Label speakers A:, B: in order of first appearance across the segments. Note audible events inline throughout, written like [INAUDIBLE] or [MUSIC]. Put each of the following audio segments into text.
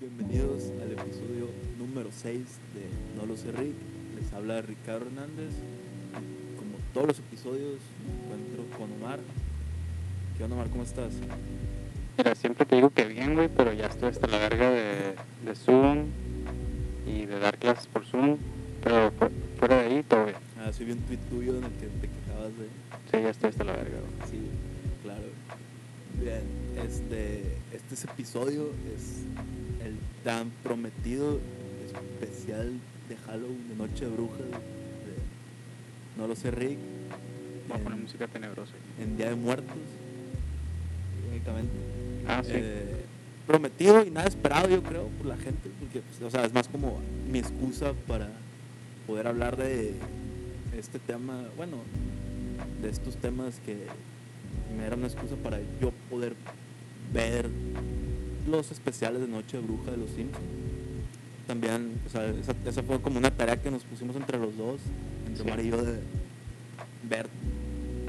A: bienvenidos al episodio número 6 de No lo sé Rick. Les habla Ricardo Hernández. Como todos los episodios, me encuentro con Omar. ¿Qué onda, Omar? ¿Cómo estás?
B: Mira, siempre te digo que bien, güey, pero ya estoy hasta la verga de, de Zoom y de dar clases por Zoom, pero fu- fuera de ahí todo bien.
A: Ah, sí, vi un tweet tuyo en el que te quejabas de.
B: Sí, ya estoy hasta la verga, güey.
A: Sí, claro. Bien, este, este es episodio es el tan prometido especial de Halloween, de Noche de Brujas, de No lo sé, Rick.
B: Voy a poner
A: en-
B: música tenebrosa. güey.
A: en Día de Muertos, únicamente.
B: Ah, sí.
A: Eh, prometido y nada esperado, yo creo, por la gente, porque, pues, o sea, es más como mi excusa para poder hablar de este tema, bueno, de estos temas que me era una excusa para yo poder ver los especiales de Noche de Bruja de los Simpsons. También, o sea, esa, esa fue como una tarea que nos pusimos entre los dos, entre
B: Sí.
A: Omar y yo, de ver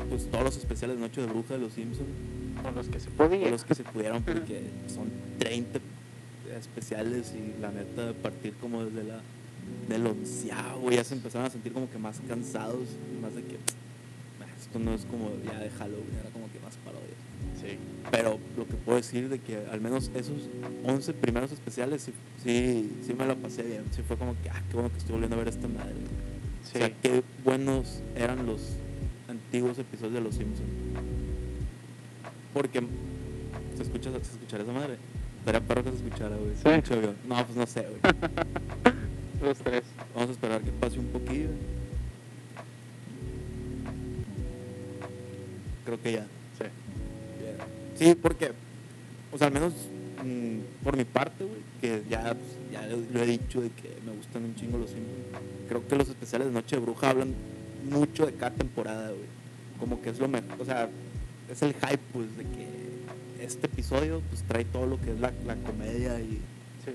A: pues, todos los especiales de Noche de Bruja de los Simpsons,
B: Con los que se podía.
A: los que se pudieron, porque son 30 especiales y la neta, partir como desde la del onceavo, ya se empezaron a sentir como que más cansados, más de que "Ah, esto no es como ya de Halloween, era como que más parodia.
B: Sí.
A: Pero lo que puedo decir de que al menos esos 11 primeros especiales sí, sí, sí me la pasé bien. Sí fue como que, ah, qué bueno que estoy volviendo a ver esta madre.
B: Sí.
A: O sea, qué buenos eran los antiguos episodios de Los Simpsons. Porque se escucha, se escuchara esa madre. Estaría perro que se escuchara, güey.
B: Sí.
A: Pinche avión. No, pues no sé,
B: [LAUGHS]
A: güey.
B: Los tres.
A: Vamos a esperar que pase un poquillo. Creo que ya.
B: Sí.
A: Sí, porque, o sea, al menos mm, por mi parte, güey, que ya, pues, ya lo, lo he dicho de que me gustan un chingo los Simpsons. Creo que los especiales de Noche de Bruja hablan mucho de cada temporada, güey. Como que es lo mejor, o sea, es el hype, pues, de que este episodio, pues, trae todo lo que es la, la comedia y
B: Sí.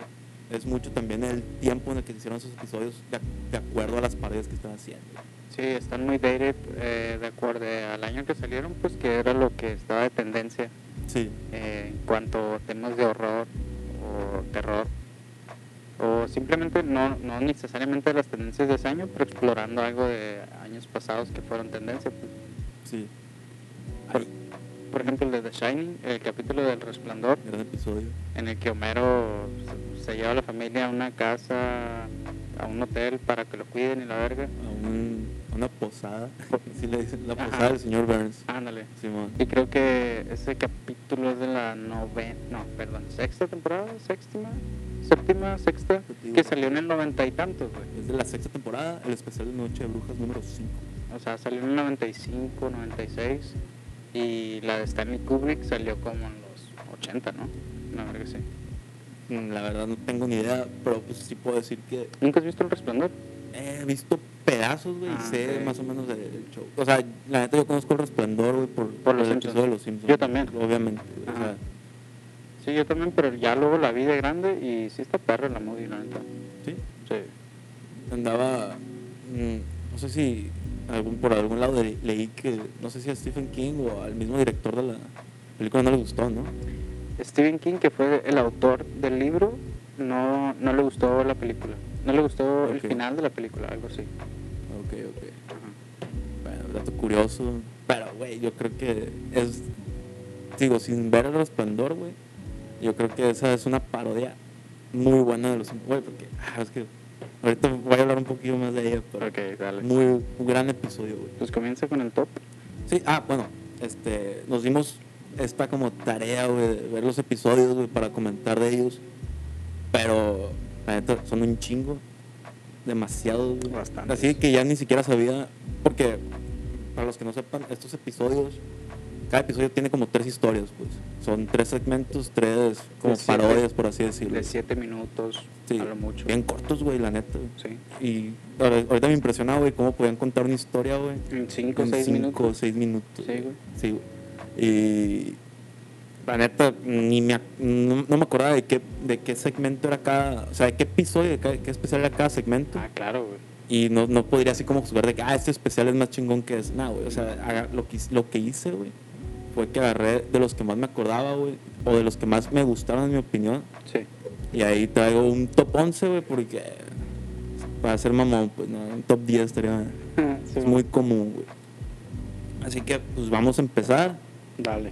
A: es mucho también el tiempo en el que se hicieron esos episodios de, ac- de acuerdo a las paredes que están haciendo.
B: Sí, están muy dated eh, de acuerdo al año que salieron, pues que era lo que estaba de tendencia
A: Sí.
B: eh, en cuanto a temas de horror o terror. O simplemente, no, no necesariamente las tendencias de ese año, pero explorando algo de años pasados que fueron tendencia. pues.
A: Sí.
B: Por, por ejemplo, el de The Shining, el capítulo del resplandor,
A: gran episodio.
B: en el que Homero se, se lleva a la familia a una casa, a un hotel para que lo cuiden y la verga.
A: a, un- a una posada. [LAUGHS] Sí le dicen la
B: Ajá.
A: posada del señor Burns.
B: Ándale.
A: Simón.
B: Y creo que ese capítulo es de la novena, no, perdón, sexta temporada, séptima, séptima, sexta, que salió en el noventa y tantos, güey.
A: Es de la sexta temporada, el especial de Noche de Brujas número 5.
B: O sea, salió en el 95, 96 y la de Stanley Kubrick salió como en los 80, ¿no? La verga sí.
A: Mm, La verdad no tengo ni idea, pero pues sí puedo decir que
B: ¿Nunca has visto El Resplandor?
A: he visto pedazos, güey, y
B: Ah,
A: sé
B: ok.
A: más o menos de- del show. O sea, la neta yo conozco el resplandor, güey, por,
B: Por Los
A: el
B: Simpsons.
A: episodio de los Simpsons.
B: Yo también.
A: Obviamente. güey, O
B: Ajá.
A: sea,
B: Sí, yo también, pero ya luego la vi de grande y sí está perra la movie, la neta.
A: sí.
B: Sí.
A: andaba mm, no sé si algún por algún lado le- leí que no sé si a Stephen King o al mismo director de la película no le gustó no
B: Stephen King, que fue el autor del libro, no, no le gustó la película. No le gustó el
A: Ok.
B: final de la película, algo así.
A: ok ok bueno dato curioso pero güey yo creo que es digo sin ver el resplandor güey yo creo que esa es una parodia muy buena de los güey porque ah, es que ahorita voy a hablar un poquito más de ella pero
B: Ok, dale.
A: muy un gran episodio güey
B: Pues comienza con el top.
A: Sí, ah, bueno, este, nos dimos esta como tarea, güey, de ver los episodios, güey, para comentar de ellos. Pero, la neta, son un chingo. Demasiado. güey.
B: Bastantes.
A: Así que ya ni siquiera sabía, porque, para los que no sepan, estos episodios, cada episodio tiene como tres historias, pues. Son tres segmentos, tres como
B: De siete.
A: parodias, por así decirlo.
B: De 7 minutos,
A: Sí,
B: a lo mucho.
A: Bien cortos, güey, la neta.
B: Sí.
A: Y ahora- ahorita me impresionaba, güey, cómo podían contar una historia, güey
B: En 5 o
A: en
B: 6
A: cinco o
B: minutos.
A: seis minutos.
B: Sí, güey.
A: Sí, güey. Y la neta, ni me, ac- no, no me acordaba de qué, de qué segmento era cada, o sea, de qué episodio, de cada- qué especial era cada segmento.
B: Ah, claro, güey.
A: Y no, no podría así como juzgar de que, ah, este especial es más chingón que es. No, güey, o sea, haga- lo, que, hice- lo que hice, güey, fue que agarré de los que más me acordaba, güey, o de los que más me gustaron, en mi opinión,
B: Sí.
A: Y ahí traigo un top 11, güey, porque para ser mamón, pues no, un top 10 estaría.
B: Sí,
A: Es muy común, güey. Así que, pues vamos a empezar.
B: [LAUGHS] Dale.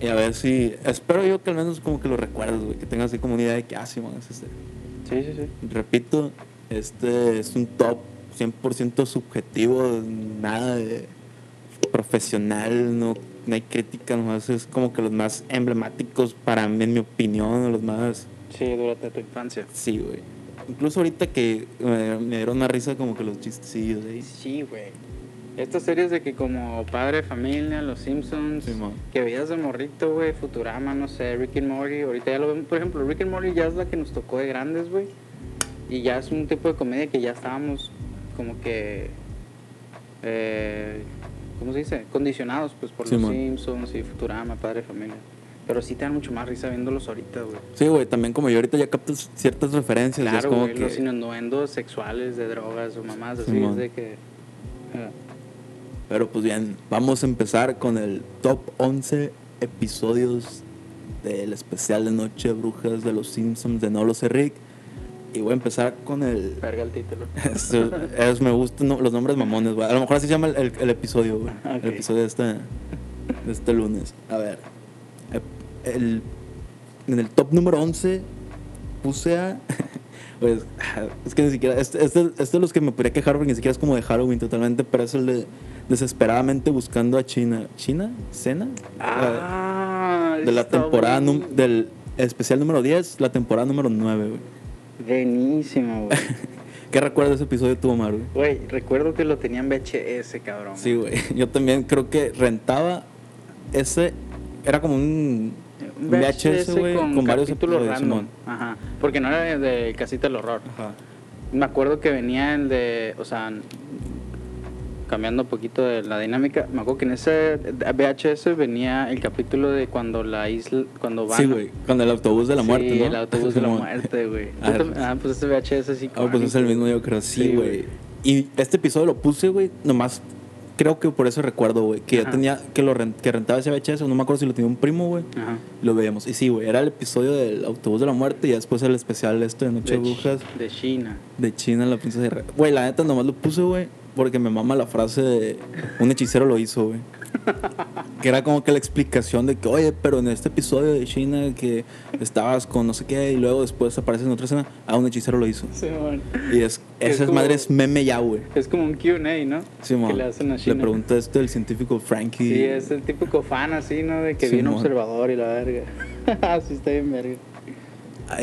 A: Y a ver si. Espero yo que al menos como que lo recuerdes, güey. Que tengas así como una idea de que, ah, sí, man, es este.
B: Sí, sí, sí.
A: Repito, este es un top 100% subjetivo, nada de profesional, no, no hay crítica, nomás es como que los más emblemáticos para mí, en mi opinión, los más.
B: Sí, durante tu infancia.
A: Sí, güey. Incluso ahorita que eh, me dieron una risa como que los chistecillos ¿eh? ahí.
B: Sí, güey. Estas series de que como Padre de Familia, Los Simpsons,
A: Simón.
B: que veías de morrito, güey, Futurama, no sé, Rick and Morty, ahorita ya lo vemos, por ejemplo, Rick and Morty ya es la que nos tocó de grandes, güey, y ya es un tipo de comedia que ya estábamos como que, eh, ¿cómo se dice? Condicionados, pues, por Los
A: Simón.
B: Simpsons y Futurama, Padre de Familia. Pero sí te dan mucho más risa viéndolos ahorita, güey.
A: Sí, güey, también como yo ahorita ya capto ciertas referencias, ya es
B: Claro,
A: como
B: güey,
A: que...
B: los innuendos sexuales de drogas o mamás, así
A: Simón.
B: es de que... eh,
A: Pero pues bien, vamos a empezar con el top 11 episodios del especial de Noche de Brujas de los Simpsons de No lo sé Rick. Y voy a empezar con el...
B: verga
A: [LAUGHS]
B: el título.
A: Eso- eso me gustan no- los nombres mamones, güey. A lo mejor así se llama el, el- el episodio, güey.
B: Ok.
A: El episodio de este, de este lunes. A ver. eh, el- en el top número 11 puse a... [LAUGHS] Pues, es que ni siquiera... Este, este- este es los que me podría quejar porque ni siquiera es como de Halloween totalmente, pero es el de desesperadamente buscando a China. ¿China? ¿Cena? Eh,
B: Ah,
A: de la
B: está
A: temporada... num-
B: buenísimo.
A: del especial número 10, la temporada número 9, güey. [LAUGHS]
B: Buenísimo, güey.
A: ¿Qué recuerdas de ese episodio tú, Omar, güey?
B: [LAUGHS] Güey, recuerdo que lo tenían VHS, cabrón.
A: Sí, güey. [LAUGHS] Yo también creo que rentaba ese. Era como un.
B: Un
A: un
B: VHS,
A: güey,
B: con, capítulos
A: episodios,
B: random.
A: Simón.
B: Ajá. Porque no era de, de Casita del Horror.
A: Ajá.
B: Me acuerdo que venía el de. O sea, cambiando un poquito de la dinámica. Me acuerdo que en ese VHS venía el capítulo de cuando la isla. Cuando van.
A: Sí, güey. Con el autobús de la
B: Sí,
A: muerte, ¿no?
B: el autobús de
A: [LAUGHS]
B: la
A: Simón.
B: muerte, güey.
A: Ah,
B: Ah, pues ese VHS sí.
A: Ah, pues es el mismo, yo creo.
B: Sí,
A: Sí,
B: güey.
A: güey. y este episodio lo puse, güey, nomás. Creo que por eso recuerdo, güey, que
B: Ajá.
A: yo tenía que lo ren- que rentaba ese VHS, no me acuerdo si lo tenía un primo, güey.
B: Ajá.
A: Lo veíamos. Y sí, güey, era el episodio del autobús de la muerte y después el especial este de Noche de,
B: De Chi-
A: Brujas.
B: De China.
A: De China, la princesa de... Re- Güey, la neta nomás lo puse, güey, porque me mama la frase de... Un hechicero lo hizo,
B: [LAUGHS]
A: güey. Que era como que la explicación de que, oye, pero en este episodio de China que estabas con no sé qué y luego después apareces en otra escena, ah, un hechicero lo hizo. Y es, esa
B: Es
A: es
B: como-
A: madre es meme ya, güey.
B: Es como un QA, ¿no?
A: Simón,
B: Que le hacen a
A: le
B: China.
A: pregunté esto del científico Frankie.
B: Sí, es el típico fan así, ¿no? De que viene
A: Simón.
B: observador y la verga. [LAUGHS] Así está bien, verga.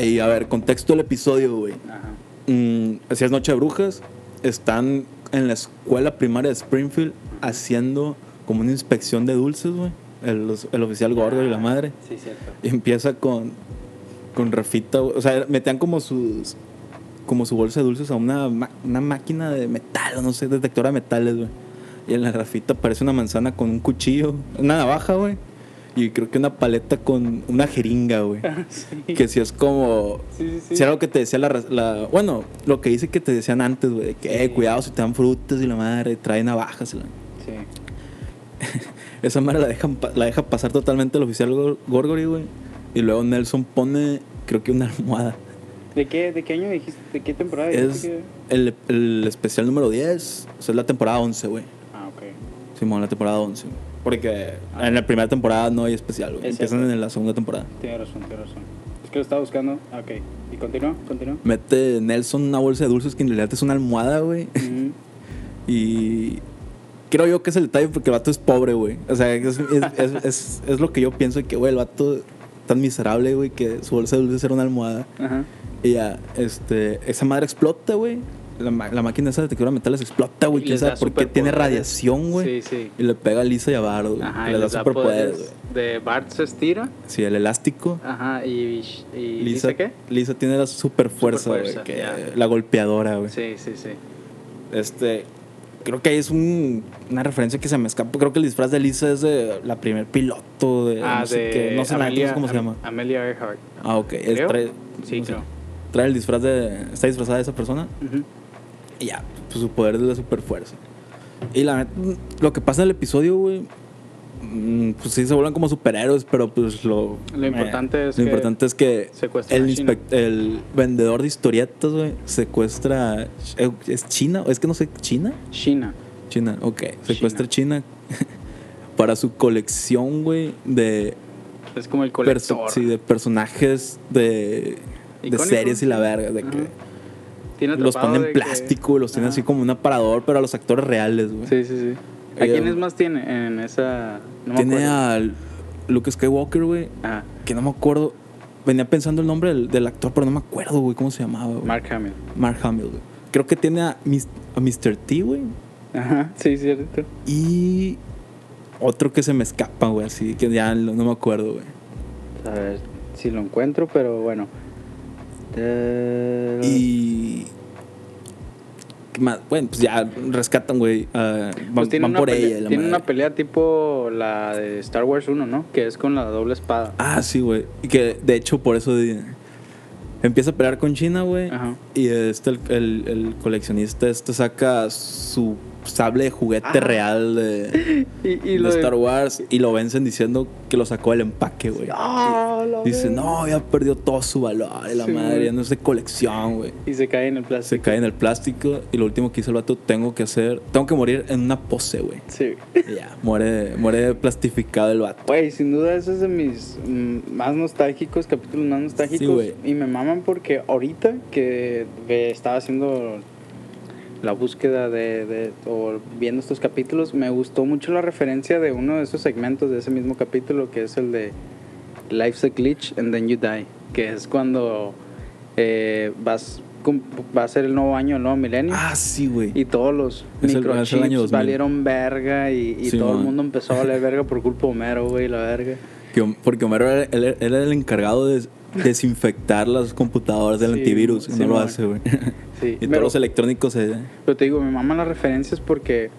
A: Y a ver, contexto del episodio, güey.
B: Ajá.
A: Mm, así es Noche de Brujas. Están en la escuela primaria de Springfield haciendo como una inspección de dulces, güey. El, los- el oficial gordo y la madre.
B: Sí, cierto.
A: Y empieza con, con Rafita, güey. O sea, metían como sus como su bolsa de dulces a una, ma- una máquina de metal, o no sé, detectora de metales, güey. Y en la Rafita aparece una manzana con un cuchillo, una navaja, güey. Y creo que una paleta con una jeringa,
B: [LAUGHS]
A: güey.
B: [LAUGHS] sí.
A: Que si es como
B: Sí, sí, sí.
A: si era lo que te decía la, raz- la- Bueno, lo que dice que te decían antes, güey. de Que, eh,
B: Sí.
A: cuidado si te dan frutas y la madre, trae navajas. y la-
B: Sí.
A: Esa madre la, dejan pa- la deja pasar totalmente el oficial Gor- Gorgory, güey. Y luego Nelson pone, creo que una almohada.
B: ¿De qué, ¿De qué año dijiste? ¿De qué temporada
A: Es
B: dijiste? Ah, que-
A: el, el especial número 10. O sea, es la temporada 11, güey.
B: Ah, ok.
A: Simón, la temporada 11. güey. Porque en la primera temporada no hay especial, güey.
B: Es
A: Empiezan
B: cierto.
A: en la segunda temporada.
B: Tiene razón, tiene razón. Es que lo estaba buscando. Ah, Ok. ¿Y continúa?
A: [LAUGHS]
B: ¿Continúa?
A: Mete Nelson una bolsa de dulces que en realidad es una almohada, güey.
B: Ujú.
A: Y creo yo que es el detalle porque el vato es pobre, güey. O sea, es,
B: [LAUGHS]
A: es, es- es- es lo que yo pienso que, güey, el vato tan miserable, güey, que su bolsa de dulces era una almohada.
B: Ajá.
A: Y ya, este, esa madre explota, güey. La, ma- la máquina esa detectora de metales explota, güey.
B: Y
A: ¿Quién
B: les
A: sabe
B: da
A: por qué tiene
B: superpoderes.
A: radiación, güey?
B: Sí, sí.
A: Y le pega a Lisa y a Bard, güey.
B: Ajá,
A: que
B: y
A: le da
B: les da
A: superpoderes,
B: poderes.
A: güey.
B: De Bart se estira.
A: Sí, el elástico.
B: Ajá. ¿Y, y
A: Lisa,
B: dice qué?
A: Lisa tiene la super fuerza, güey.
B: Superfuerza,
A: que-
B: ya.
A: La golpeadora, güey.
B: Sí, sí, sí.
A: Este, creo que ahí es un- una referencia que se me escapa. Creo que el disfraz de Lisa es de la primer piloto de
B: ah,
A: Eh, no sé
B: de
A: qué, no sé la neta, no sé
B: Amelia-
A: cómo se
B: Am-
A: llama.
B: Amelia Earhart.
A: Ah, ok. él
B: creo.
A: Trae,
B: Sí,
A: no sé,
B: creo.
A: trae el disfraz de está disfrazada de esa persona
B: Ujú.
A: y ya, mm, pues, su poder es la super fuerza. Y la neta, lo que pasa en el episodio, güey, mm, pues sí se vuelven como superhéroes, pero pues lo...
B: Lo importante es
A: Lo
B: que
A: importante es que
B: secuestran
A: el,
B: a China.
A: inspec- el vendedor de historietas, güey, secuestra... eh, ¿Es China? Es que no sé, ¿China?
B: China.
A: China, ok. Secuestra China, [LAUGHS] para su colección, güey, de,
B: Es como el
A: perso-
B: colector.
A: sí, de personajes de, de
B: Icónicos.
A: series y la verga. De que
B: Ajá. Tiene
A: los
B: atrapado
A: ponen
B: de
A: en
B: que-
A: plástico, los tienen
B: Ajá.
A: así como un aparador, pero a los actores reales, güey.
B: Sí, sí, sí. ¿A
A: Oye,
B: quiénes más tiene en esa...? No me
A: Tiene
B: acuerdo.
A: al Luke Skywalker, güey,
B: Ah,
A: que no me acuerdo. Venía pensando el nombre del, del actor, pero no me acuerdo, güey, cómo se llamaba, güey.
B: Mark Hamill.
A: Mark Hamill, güey. Creo que tiene a, Mis- a Mr. T, güey.
B: Ajá, sí, cierto.
A: Y otro que se me escapa, güey, así que ya no no me acuerdo, güey.
B: A ver si lo encuentro, pero bueno. Eh,
A: Y. ¿qué más? Bueno, pues ya rescatan, güey. ah, van
B: pues tiene
A: van
B: una
A: por
B: pelea-
A: ella. la
B: tiene
A: madre.
B: una pelea tipo la de Star Wars 1, ¿no? Que es con la doble espada.
A: Ah, sí, güey. Y que de hecho por eso di- empieza a pelear con China, güey.
B: Ajá.
A: Y este, el, el- el coleccionista, este saca su sable de juguete
B: Ah.
A: real de,
B: Y, [LAUGHS] y
A: de
B: lo de-
A: Star Wars y lo vencen diciendo que lo sacó del empaque, güey.
B: Ah, la
A: Dice,
B: verga.
A: no, ya perdió todo su valor y la
B: Sí,
A: madre,
B: güey.
A: ya no es de colección, güey.
B: Y se cae en el
A: Se
B: plástico.
A: cae en el plástico y lo último que hizo el vato, tengo que hacer, tengo que morir en una pose,
B: [LAUGHS]
A: güey.
B: Sí.
A: Y Ya, muere, muere plastificado el vato.
B: Güey, sin duda eso es de mis mm, más nostálgicos, capítulos más
A: Sí,
B: nostálgicos.
A: güey.
B: y me maman porque ahorita que ve- estaba haciendo la búsqueda de, de- o viendo estos capítulos, me gustó mucho la referencia de uno de esos segmentos de ese mismo capítulo, que es el de Life's a Glitch and Then You Die, que es cuando eh, vas, cum- va a ser el nuevo año, el nuevo milenio.
A: Ah, sí, güey.
B: Y todos los
A: Es el- es el año
B: microchips
A: 2000.
B: valieron verga y, y
A: Sí,
B: todo el
A: man.
B: mundo empezó a valer verga por culpa de Homero, güey, la verga.
A: Que Hom- porque Homero era, él- él era el encargado de desinfectar las computadoras del
B: Sí,
A: antivirus. y
B: sí,
A: no lo
B: man.
A: hace, güey. [LAUGHS]
B: Sí,
A: y todos
B: pero,
A: los electrónicos se...
B: pero te digo, me maman las referencias porque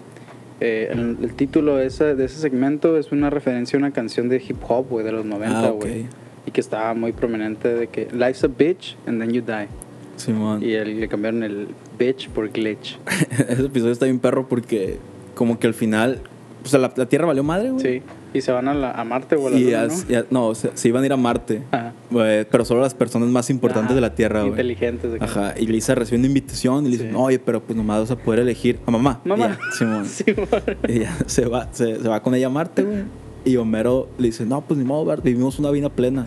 B: eh, el, el título de ese, de ese segmento es una referencia a una canción de hip hop, güey, de los 90,
A: Ah, ok.
B: güey. Y que estaba muy prominente de que Life's a bitch and then you die.
A: Simón.
B: Y el- le cambiaron el bitch por glitch.
A: [LAUGHS] Ese episodio está bien perro porque como que al final... O sea, la, la Tierra valió madre, güey.
B: Sí. Y se van a, la- a Marte o a la
A: Y
B: Luna,
A: as-
B: ¿no?
A: y a- no, se, se iban a ir a Marte.
B: Ajá.
A: güey, pero solo las personas más importantes
B: Ajá,
A: de la Tierra, güey.
B: Inteligentes. de que-
A: Ajá, y Lisa recibe una invitación y le dicen,
B: Sí.
A: oye, pero pues nomás vas a poder elegir a mamá. Y
B: Mamá.
A: ya, Simón.
B: [LAUGHS] Sí, güey.
A: Y ya [LAUGHS] se va, se, se va con ella a Marte, güey. Y Homero le dice, no, pues ni modo, Bart, vivimos una vida plena.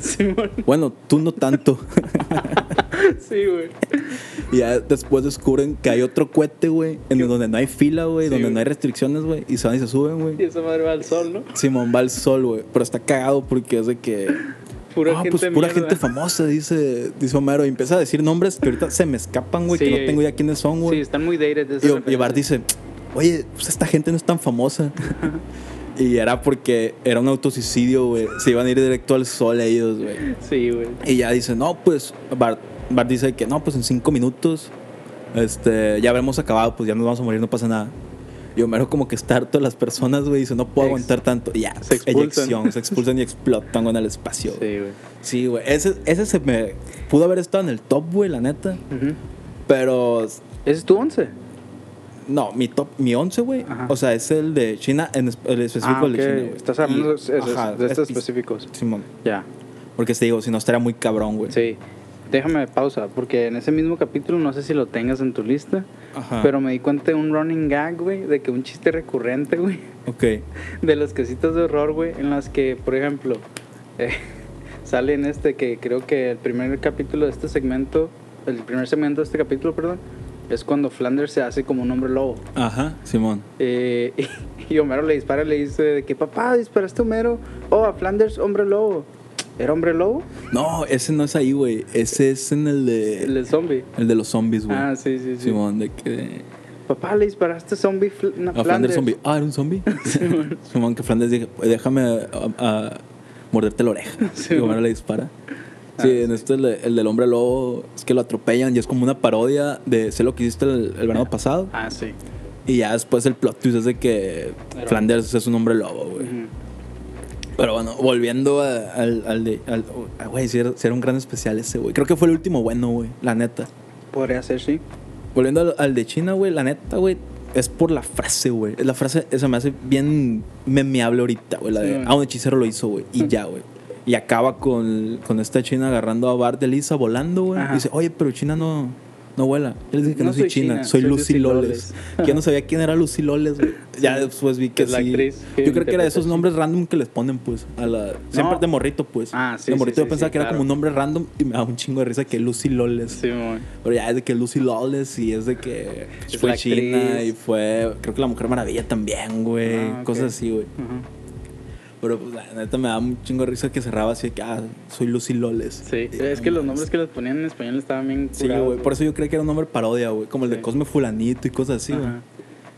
A: Bueno, tú no tanto. [LAUGHS]
B: Sí, güey.
A: y ya después descubren que hay otro cohete, güey, en donde no hay fila, güey,
B: Sí,
A: donde
B: güey.
A: no hay restricciones, güey. Y se van y se suben,
B: [LAUGHS] Y
A: güey.
B: esa madre va al sol, ¿no?
A: Simón va al sol, güey. Pero está cagado porque es de que...
B: Pura
A: "Ah,
B: gente
A: pues pura
B: mierda.
A: gente famosa, dice, dice Homero. Y empieza a decir nombres que ahorita se me escapan, güey,
B: Sí.
A: que no tengo ya quiénes son,
B: Sí,
A: güey.
B: están muy dated. esas
A: Y, y Bart
B: referencias.
A: dice, oye, pues esta gente no es tan famosa.
B: [LAUGHS]
A: y era porque era un autosuicidio, güey. Se iban a ir directo al sol ellos, güey.
B: Sí, güey.
A: Y ya dice, no, pues Bart, Bart dice que no, pues en cinco minutos este, ya habremos acabado, pues ya nos vamos a morir, no pasa nada. Y Homero como que está harto de las personas, güey, dice, no puedo
B: Ex-
A: aguantar tanto. Y ya,
B: se expulsan.
A: eyección, se expulsan y explotan en el espacio. güey.
B: Sí, güey.
A: Sí, güey, ese, ese se me pudo haber estado en el top, güey, la neta.
B: Ujú.
A: Pero
B: Ese es tu once.
A: no, mi top, mi 11, güey.
B: Ajá.
A: O sea, es el de China, en es- el específico
B: Ah, ok.
A: el de China, güey.
B: Estás hablando
A: Y-
B: de, este esos-
A: ajá,
B: de estos
A: y-
B: específicos.
A: Simón.
B: Ya.
A: Porque te digo, si no estaría muy cabrón, güey.
B: Sí. Déjame pausa, porque en ese mismo capítulo, no sé si lo tengas en tu lista,
A: Ajá.
B: pero me di cuenta de un running gag, güey, de que un chiste recurrente, güey,
A: Ok.
B: de las casitas de horror, güey, en las que, por ejemplo, eh, [LAUGHS] sale en este que creo que el primer capítulo de este segmento, el primer segmento de este capítulo, perdón, es cuando Flanders se hace como un hombre lobo.
A: Ajá, Simón.
B: Eh, [LAUGHS] y Homero le dispara, le dice de que papá, disparaste a Homero. Oh, a Flanders, hombre lobo. ¿Era hombre lobo?
A: No, ese no es ahí, güey. Ese es en el de.
B: El del zombie.
A: el de los zombies, güey.
B: Ah, sí, sí, sí.
A: Simón, de que.
B: Papá, le disparaste zombie fl- na-
A: A Flanders zombie. Ah, era un
B: [LAUGHS]
A: zombie. Simón, que Flanders dice, "Pues déjame a- a morderte la oreja.
B: [LAUGHS] Sí,
A: y Homero
B: güey.
A: le dispara.
B: Ah,
A: Sí, en este el, de- el del hombre lobo es que lo atropellan y es como una parodia de sé lo que hiciste el, el verano pasado.
B: Ah, sí.
A: Y ya después el plot twist es de que
B: Pero-
A: Flanders es un hombre lobo, güey.
B: Ujú.
A: Pero bueno, volviendo a- al, al de. al- ah, Güey, sí era, sí era un gran especial ese, güey. Creo que fue el último bueno, güey, la neta.
B: Podría ser, sí.
A: Volviendo al, al de China, güey, la neta, güey. es por la frase, güey. La frase se me hace bien memeable ahorita, güey. La
B: Sí,
A: de,
B: güey.
A: ah, un hechicero lo hizo, güey.
B: [LAUGHS]
A: Y ya, güey. Y acaba con, con esta china agarrando a Bart de Lisa volando, güey.
B: Ajá.
A: Y dice, oye, pero China no, no vuela. Yo les dije que no, soy China, soy, Lucy, Loles. [LAUGHS] Que yo no sabía quién era Lucy Loles,
B: [LAUGHS]
A: güey. Ya después vi que
B: Es la
A: sí.
B: actriz que
A: Yo creo que era
B: interpreta
A: de
B: a
A: esos
B: China.
A: nombres random que les ponen, pues. A la... Siempre
B: No.
A: de morrito, pues.
B: Ah, sí,
A: De
B: sí,
A: morrito
B: sí,
A: yo pensaba
B: sí,
A: que era
B: claro.
A: como un nombre random y me daba un chingo de risa que Lucy Loles.
B: Sí, güey.
A: Pero ya es de que Lucy Lawless y es de que
B: Es
A: fue
B: la actriz.
A: China y fue, creo que la Mujer Maravilla también, güey.
B: Ah, ok.
A: Cosas así, güey.
B: Ajá.
A: Pero pues, la neta me da un chingo de risa que cerraba así de que, ah, soy Lucy Lawless.
B: Sí,
A: Y,
B: es
A: no
B: que los
A: mames.
B: nombres que les ponían en español estaban bien
A: Sí,
B: curados,
A: güey. Por eso yo creía que era un nombre parodia, güey. Como el de
B: Sí.
A: Cosme Fulanito y cosas así, güey.
B: Ajá.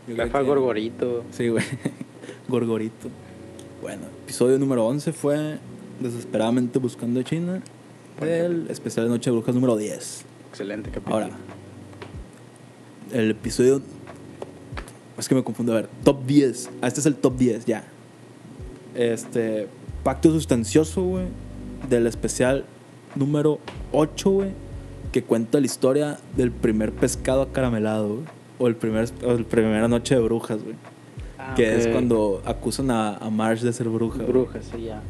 A: Yo
B: Rafa
A: creo que-
B: Gorgorito.
A: Sí, güey. [LAUGHS] Gorgorito. Bueno, episodio número 11 fue Desesperadamente Buscando a China. Del especial de Noche de Brujas número 10.
B: Excelente capítulo.
A: Ahora, el episodio. Es que me confundo. A ver, top 10. Ah, este es el top 10, ya. Este. Pacto sustancioso, güey. Del especial número 8, güey. Que cuenta la historia del primer pescado acaramelado, güey. O el primer, o el primera noche de brujas, güey.
B: Ah,
A: que es
B: ok.
A: cuando acusan a, a Marge de ser bruja. güey.
B: Brujas, sí, ya.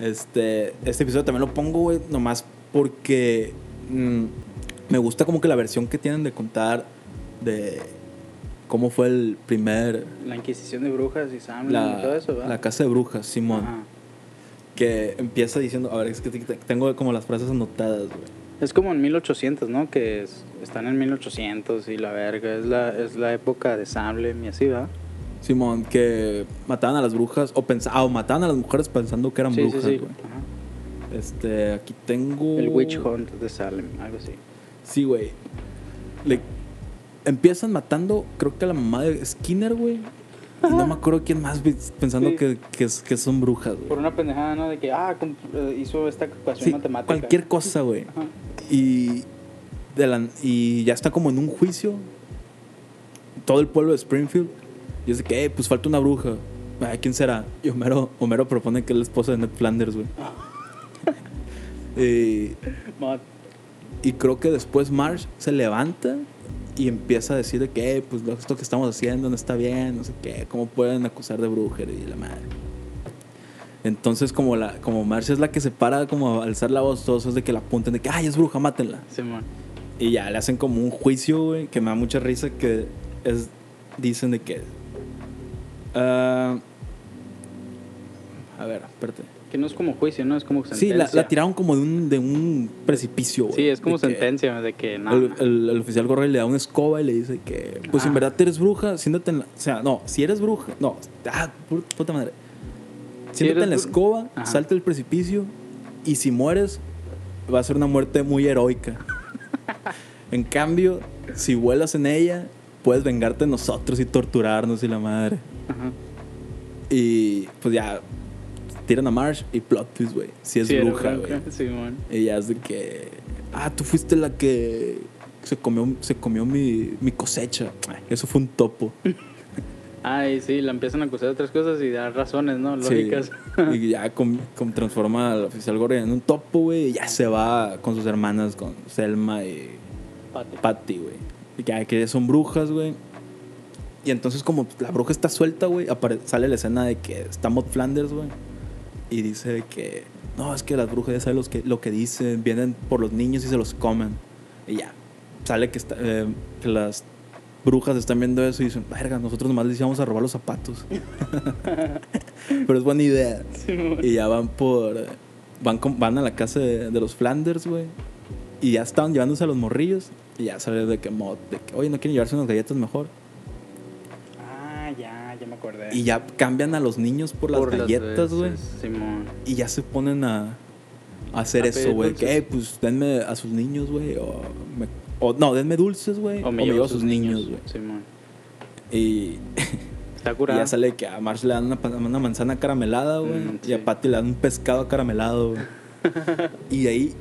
A: Este, este episodio también lo pongo, güey, nomás porque mm, me gusta como que la versión que tienen de contar de cómo fue el primer,
B: La Inquisición de Brujas y Sam
A: la,
B: y Mm, todo eso, ¿verdad?
A: la casa de brujas, Simón,
B: Ajá.
A: que empieza diciendo, a ver, es que te- te- tengo como las frases anotadas, güey.
B: Es como en 1800, ¿no? Que es- están en 1800 y la verga. Es la, es la época de Samlem y así, ¿verdad?
A: Simón, que mataban a las brujas o, pensa- ah, o mataban a las mujeres pensando que eran
B: sí,
A: brujas,
B: sí, sí,
A: güey.
B: Ajá.
A: Este, aquí tengo...
B: El Witch Hunt de Salem, algo así.
A: Sí, güey. Le empiezan matando, creo que a la mamá de Skinner, güey. Y no me acuerdo quién más, güey, pensando
B: Sí.
A: que, que es- que son brujas, güey.
B: Por una pendejada, ¿no? De que, ah, com- eh, hizo esta ecuación
A: Sí,
B: matemática.
A: cualquier cosa, güey.
B: Ajá.
A: Y, de la- y ya está como en un juicio. Todo el pueblo de Springfield. Y es de que, "Eh, pues falta una bruja. "Ah, ¿Quién será? Y Homero, Homero propone que es la esposa de Ned Flanders, güey.
B: Ah.
A: Eh, y
B: Mat-
A: Y creo que después Marge se levanta y empieza a decir de que, "Eh, pues lo- esto que estamos haciendo no está bien, no sé qué, cómo pueden acusar de brujería y la madre. Entonces, como, la, como Marge es la que se para como a alzar la voz, todos es de que la apunten de que, ay, es bruja, mátenla.
B: Simón.
A: Y ya le hacen como un juicio, güey, que me da mucha risa, que es, dicen de que... ah, a ver, espérate.
B: Que no es como juicio, ¿no? Es como
A: Sí,
B: sentencia.
A: la, la tiraron como de un, de un precipicio, güey.
B: Sí, es como
A: de que-
B: sentencia de que nada.
A: el, el- el oficial Gorrell le da una escoba y le dice que, pues si en
B: Ah.
A: verdad eres bruja, siéntate en la. O sea, no, si eres bruja, no, ah, pu- puta madre. Siéntate
B: eres
A: en la
B: bru-
A: escoba,
B: Ajá.
A: salta el precipicio y si mueres, va a ser una muerte muy
B: [LAUGHS]
A: heroica. en cambio, si vuelas en ella, puedes vengarte de nosotros y torturarnos y la madre.
B: Ajá.
A: Y pues ya, tiran a Marsh y plot twist, güey. Si es
B: Sí, era
A: bruja,
B: blanca,
A: güey.
B: Simón.
A: Ella es de que. Ah, tú fuiste la que se comió, se comió mi, mi cosecha. Ay, Eso fue un topo.
B: Ay, sí, la empiezan a acusar de otras cosas y dar razones, ¿no?
A: Sí.
B: Lógicas.
A: Y ya com- com- transforma al oficial Gore en un topo, güey. Y ya se va con sus hermanas, con Selma y
B: Pate.
A: Patty, güey. Y que, que son brujas, güey. Y entonces, como la bruja está suelta, güey, apare- sale la escena de que está Maud Flanders, güey. Y dice de que, no, es que las brujas ya saben los que, lo que dicen, vienen por los niños y se los comen. Y ya, sale que, está- eh, que las brujas están viendo eso y dicen, verga, nosotros nomás les íbamos a robar los zapatos. [LAUGHS] Pero es buena idea. Y ya van por. Van, con- van a la casa de, de los Flanders, güey. Y ya estaban llevándose a los morrillos. Y ya sale de que mod, de que, oye, no quieren llevarse unas galletas mejor.
B: Ah, ya, ya me acordé.
A: Y ya cambian a los niños por las
B: Por
A: galletas, güey.
B: veces, Simón.
A: Y ya se ponen a, a hacer
B: A
A: eso,
B: pedir
A: güey. Que,
B: dulces.
A: "Ey, pues denme a sus niños, güey. O, me- o no, denme dulces, güey. O me llevo a sus niños, güey.
B: Simón.
A: Y, [LAUGHS]
B: Está
A: y
B: curada.
A: ya sale que a Marsh le dan una, pa- una manzana caramelada, güey.
B: Mm,
A: Y
B: sí.
A: a Patty le dan un pescado caramelado,
B: [LAUGHS]
A: güey. y de ahí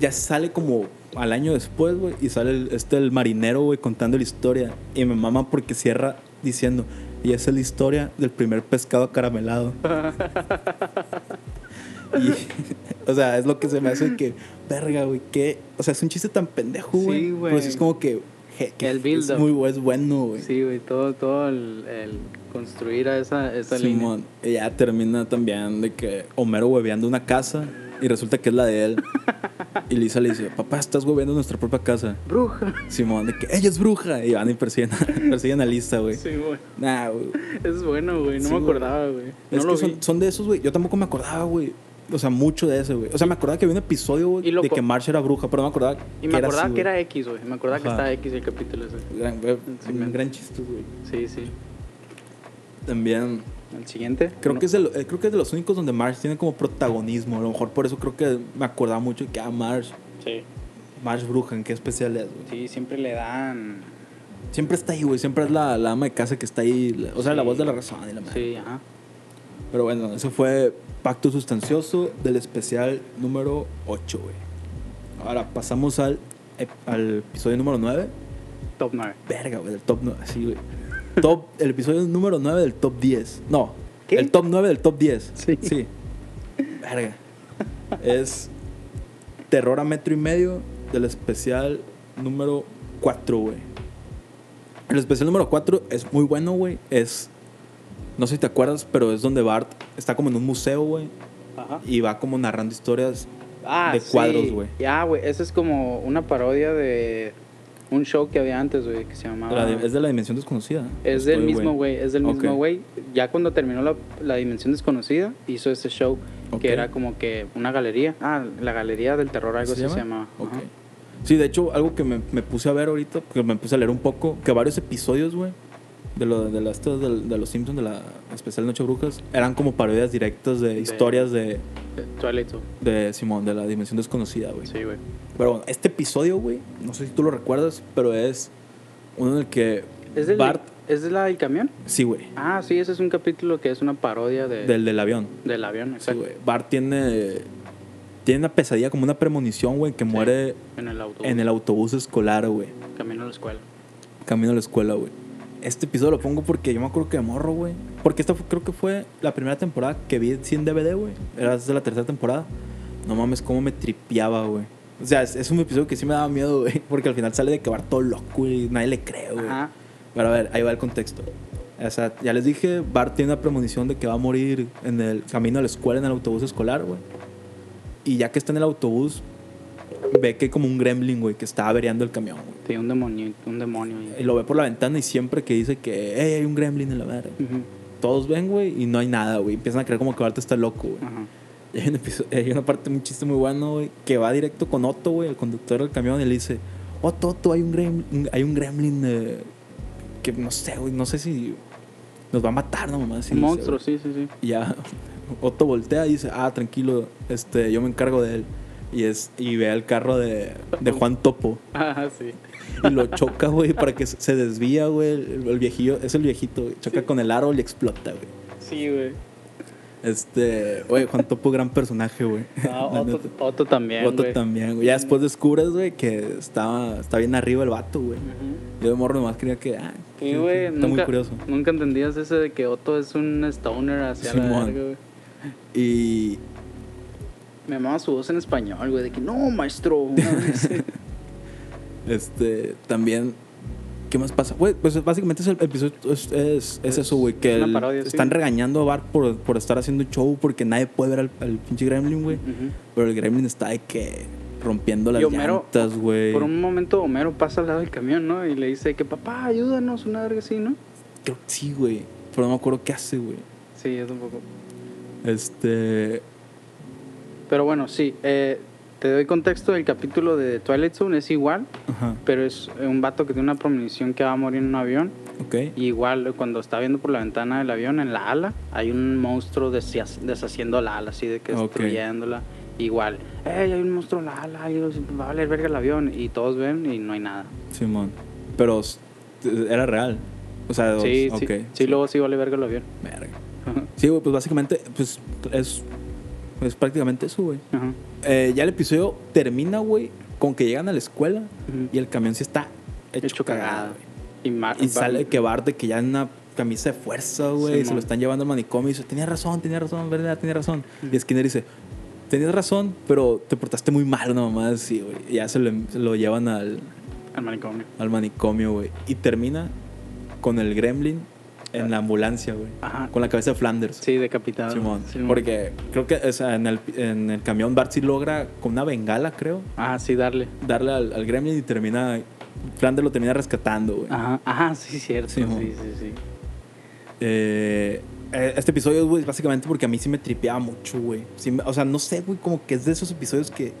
A: ya sale como al año después, güey. Y sale el- este el marinero, güey, contando la historia. Y me mama porque cierra diciendo, y esa es la historia del primer pescado
B: [LAUGHS]
A: caramelado. y, [LAUGHS] o sea, es lo que se me hace que, verga, güey, que... O sea, es un chiste tan pendejo, güey.
B: Sí, güey.
A: Pero sí es como que... je- que
B: El
A: es
B: build-up.
A: muy bu- es bueno, güey.
B: Sí, güey, todo, todo el, el construir a esa, esa línea.
A: Simón, y ya termina también de que Homero hueveando una casa y resulta que es la de
B: [LAUGHS]
A: él. Y Lisa le dice, papá, estás hueveando nuestra propia casa.
B: Bruja.
A: Simón, de que ella es bruja. Y van y persiguen a, [LAUGHS] persiguen a Lisa,
B: [LAUGHS]
A: güey.
B: Sí, güey.
A: Nah, güey.
B: Es bueno, güey. No
A: Sí,
B: me
A: güey.
B: acordaba, güey. No
A: es
B: lo
A: que
B: vi.
A: son, son de esos, güey. Yo tampoco me acordaba, güey. O sea, mucho de eso, güey. O sea, me acordaba que había un episodio, güey,
B: Y lo
A: de
B: co-
A: que Marsh era bruja, pero no me acordaba.
B: Y me acordaba
A: así,
B: que
A: güey.
B: era X, güey. Me acordaba que
A: Ajá.
B: estaba X el capítulo ese.
A: Gran, güey,
B: Sí,
A: un
B: man.
A: gran chiste, güey.
B: Sí, sí.
A: También.
B: ¿El siguiente?
A: Creo,
B: No.
A: que es de lo- eh, creo que es de los únicos donde Marsh tiene como protagonismo. A lo mejor por eso creo que me acordaba mucho que, ah, Marsh.
B: Sí.
A: Marsh Bruja, ¿en qué especial es, güey?
B: Sí, siempre le dan...
A: Siempre está ahí, güey. Siempre es la, la ama de casa que está ahí. la- o sea, la
B: Sí.
A: voz de la razón y la madre.
B: Sí, ajá.
A: Pero bueno, ese fue Pacto Sustancioso del especial número 8, güey. Ahora pasamos al, ep- al episodio número 9.
B: Top 9.
A: Verga, güey, del top 9. Sí, güey. Top, el episodio número 9 del top 10. No,
B: ¿Qué?
A: el top 9 del top 10.
B: Sí.
A: Sí. Verga. Es Terror a metro y medio del especial número 4, güey. El especial número 4 es muy bueno, güey. Es. No sé si te acuerdas, pero es donde Bart está como en un museo, güey.
B: Ajá.
A: Y va como narrando historias de cuadros, güey.
B: Ah, Ya, güey. Esa es como una parodia de un show que había antes, güey, que se llamaba...
A: La di- es de la dimensión desconocida.
B: Ah. Es del
A: Estoy,
B: mismo güey, es del mismo
A: Ok.
B: güey. Ya cuando terminó la, la Dimensión Desconocida, hizo ese show
A: Ok.
B: que era como que una galería. Ah, la Galería del Terror, algo así se llamaba.
A: Ok.
B: Ajá.
A: Sí, de hecho, algo que me, me puse a ver ahorita, porque me puse a leer un poco, que varios episodios, güey, de, lo, de, las, de, de los Simpsons, de la especial Noche de Brujas, eran como parodias directas de
B: De-
A: historias de,
B: Eh, Twilight Zone,
A: de Simón, de la dimensión desconocida, güey.
B: sí, güey.
A: Pero bueno, este episodio, güey, no sé si tú lo recuerdas, pero es uno en el que
B: ¿Es, del,
A: Bart,
B: ¿Es de la del camión?
A: sí, güey,
B: Ah, sí, ese es un capítulo que es una parodia de,
A: del del avión.
B: del avión,
A: Sí,
B: exacto.
A: güey. Bart tiene, tiene una pesadilla, como una premonición, güey, que muere
B: en el autobús,
A: en el autobús escolar, güey.
B: camino a la escuela.
A: camino a la escuela, güey. Este episodio lo pongo porque yo me acuerdo que de morro, güey. Porque esta fue- creo que fue la primera temporada que vi sí en DVD, güey. Era desde la tercera temporada. No mames, cómo me tripeaba, güey. O sea, es, es un episodio que sí me daba miedo, güey. [LAUGHS] Porque al final sale de acabar todo loco y nadie le cree, güey.
B: Ajá.
A: Pero a ver, ahí va el contexto. O sea, ya les dije, Bart tiene una premonición de que va a morir en el camino a la escuela, en el autobús escolar, güey. Y ya que está en el autobús, ve que hay como un gremlin, güey, que está averiando el camión, güey.
B: Sí, un demonio, un demonio. ahí.
A: Y lo ve por la ventana y siempre que dice que "Ey, hay un gremlin en la madre.
B: Ujú,
A: Todos ven, güey, y no hay nada, güey. Empiezan a creer como que Bart está loco, güey.
B: Ajá.
A: Y hay, un episo- hay una parte, un chiste muy bueno, güey, que va directo con Otto, güey, el conductor del camión, y le dice, Otto, Otto, hay un gremlin, hay un gremlin eh, que no sé, güey, no sé si nos va a matar, no mamá. así
B: Un
A: dice,
B: monstruo,
A: güey.
B: sí, sí, [LAUGHS] sí.
A: Y ya [LAUGHS] Otto voltea y dice, ah, tranquilo, este, yo me encargo de él. Y, es, y ve al carro de, de Juan Topo
B: Ajá, Ah, sí.
A: y lo choca, güey, para que se- se desvía, güey. El, el viejillo, es el viejito, güey. Choca con el árbol y explota, güey.
B: Sí, güey.
A: Este, güey, Juan Topo, gran personaje, güey. [LAUGHS]
B: Ah,
A: La
B: Otto,
A: neta.
B: Otto también,
A: Otto
B: güey.
A: también, güey. Ya después descubres, güey, que está, está bien arriba el vato, güey.
B: Ujú.
A: Yo de morro nomás creía que, ah,
B: Sí, güey,
A: está
B: nunca,
A: muy curioso.
B: Nunca entendías ese de que Otto es un stoner hacia la
A: Simón.
B: verga, güey.
A: Y
B: Me amaba su voz en español, güey, de que no,
A: [LAUGHS]
B: maestro. una vez".
A: Este, también. ¿Qué más pasa? Güey, pues básicamente es el episodio es, es- es eso, güey, que
B: Es una
A: el-
B: parodia, sí.
A: están regañando a Bart por, por estar haciendo show porque nadie puede ver al, al pinche Gremlin, güey.
B: Ujú.
A: Pero el Gremlin está de que rompiendo las
B: Y Homero, oh,
A: llantas, güey.
B: Por un momento Homero pasa al lado del camión, ¿no? Y le dice que papá, ayúdanos, una verga así, ¿no?
A: Creo que sí, güey. Pero no me acuerdo qué hace, güey.
B: Sí, yo tampoco.
A: Este,
B: Pero bueno, sí, eh, te doy contexto del capítulo de Twilight Zone, es igual,
A: ajá.
B: pero es eh, un vato que tiene una premonición que va a morir en un avión.
A: Ok.
B: Y igual eh, cuando está viendo por la ventana del avión, en la ala, hay un monstruo deshac- deshaciendo la ala, así de que
A: Ok.
B: destruyéndola. Igual, "Ey, hay un monstruo en la ala, y los- va a valer verga el avión. Y todos ven y no hay nada.
A: Simón. Pero s- era real. O sea,
B: sí,
A: ok.
B: sí, sí, luego sí vale verga el avión.
A: Verga.
B: Ajá,
A: Sí, güey, pues básicamente, pues es, es prácticamente eso, güey.
B: ajá,
A: Eh, ya el episodio termina, güey, con que llegan a la escuela
B: ujú.
A: y el camión sí está hecho,
B: Hecho
A: cagada.
B: cagada.
A: güey.
B: Y, Mar-
A: Y
B: Bar-
A: sale que Bart de que ya en una camisa de fuerza, güey, y se
B: Simón.
A: lo están llevando al manicomio y dice, tenía razón, tenía razón, verdad, tenía razón. Y Skinner dice, tenías razón, pero te portaste muy mal, una mamá así, güey. Y ya se lo, se lo llevan al,
B: Al manicomio.
A: al manicomio, güey. Y termina con el gremlin en la ambulancia, güey.
B: Ajá.
A: Con la cabeza de Flanders.
B: Ah. Sí, decapitado.
A: Simón.
B: Simón.
A: Porque creo que o sea, en, el, en el camión Bart sí logra con una bengala, creo,
B: Ah, sí, darle.
A: darle al, al gremlin y termina. Flanders lo termina rescatando, güey.
B: Ajá, ajá, sí, cierto. Sí,
A: Simón.
B: sí, sí.
A: Eh, eh, este episodio, güey, es básicamente porque a mí sí me tripeaba mucho, güey. Sí me- o sea, no sé, güey, como que es de esos episodios que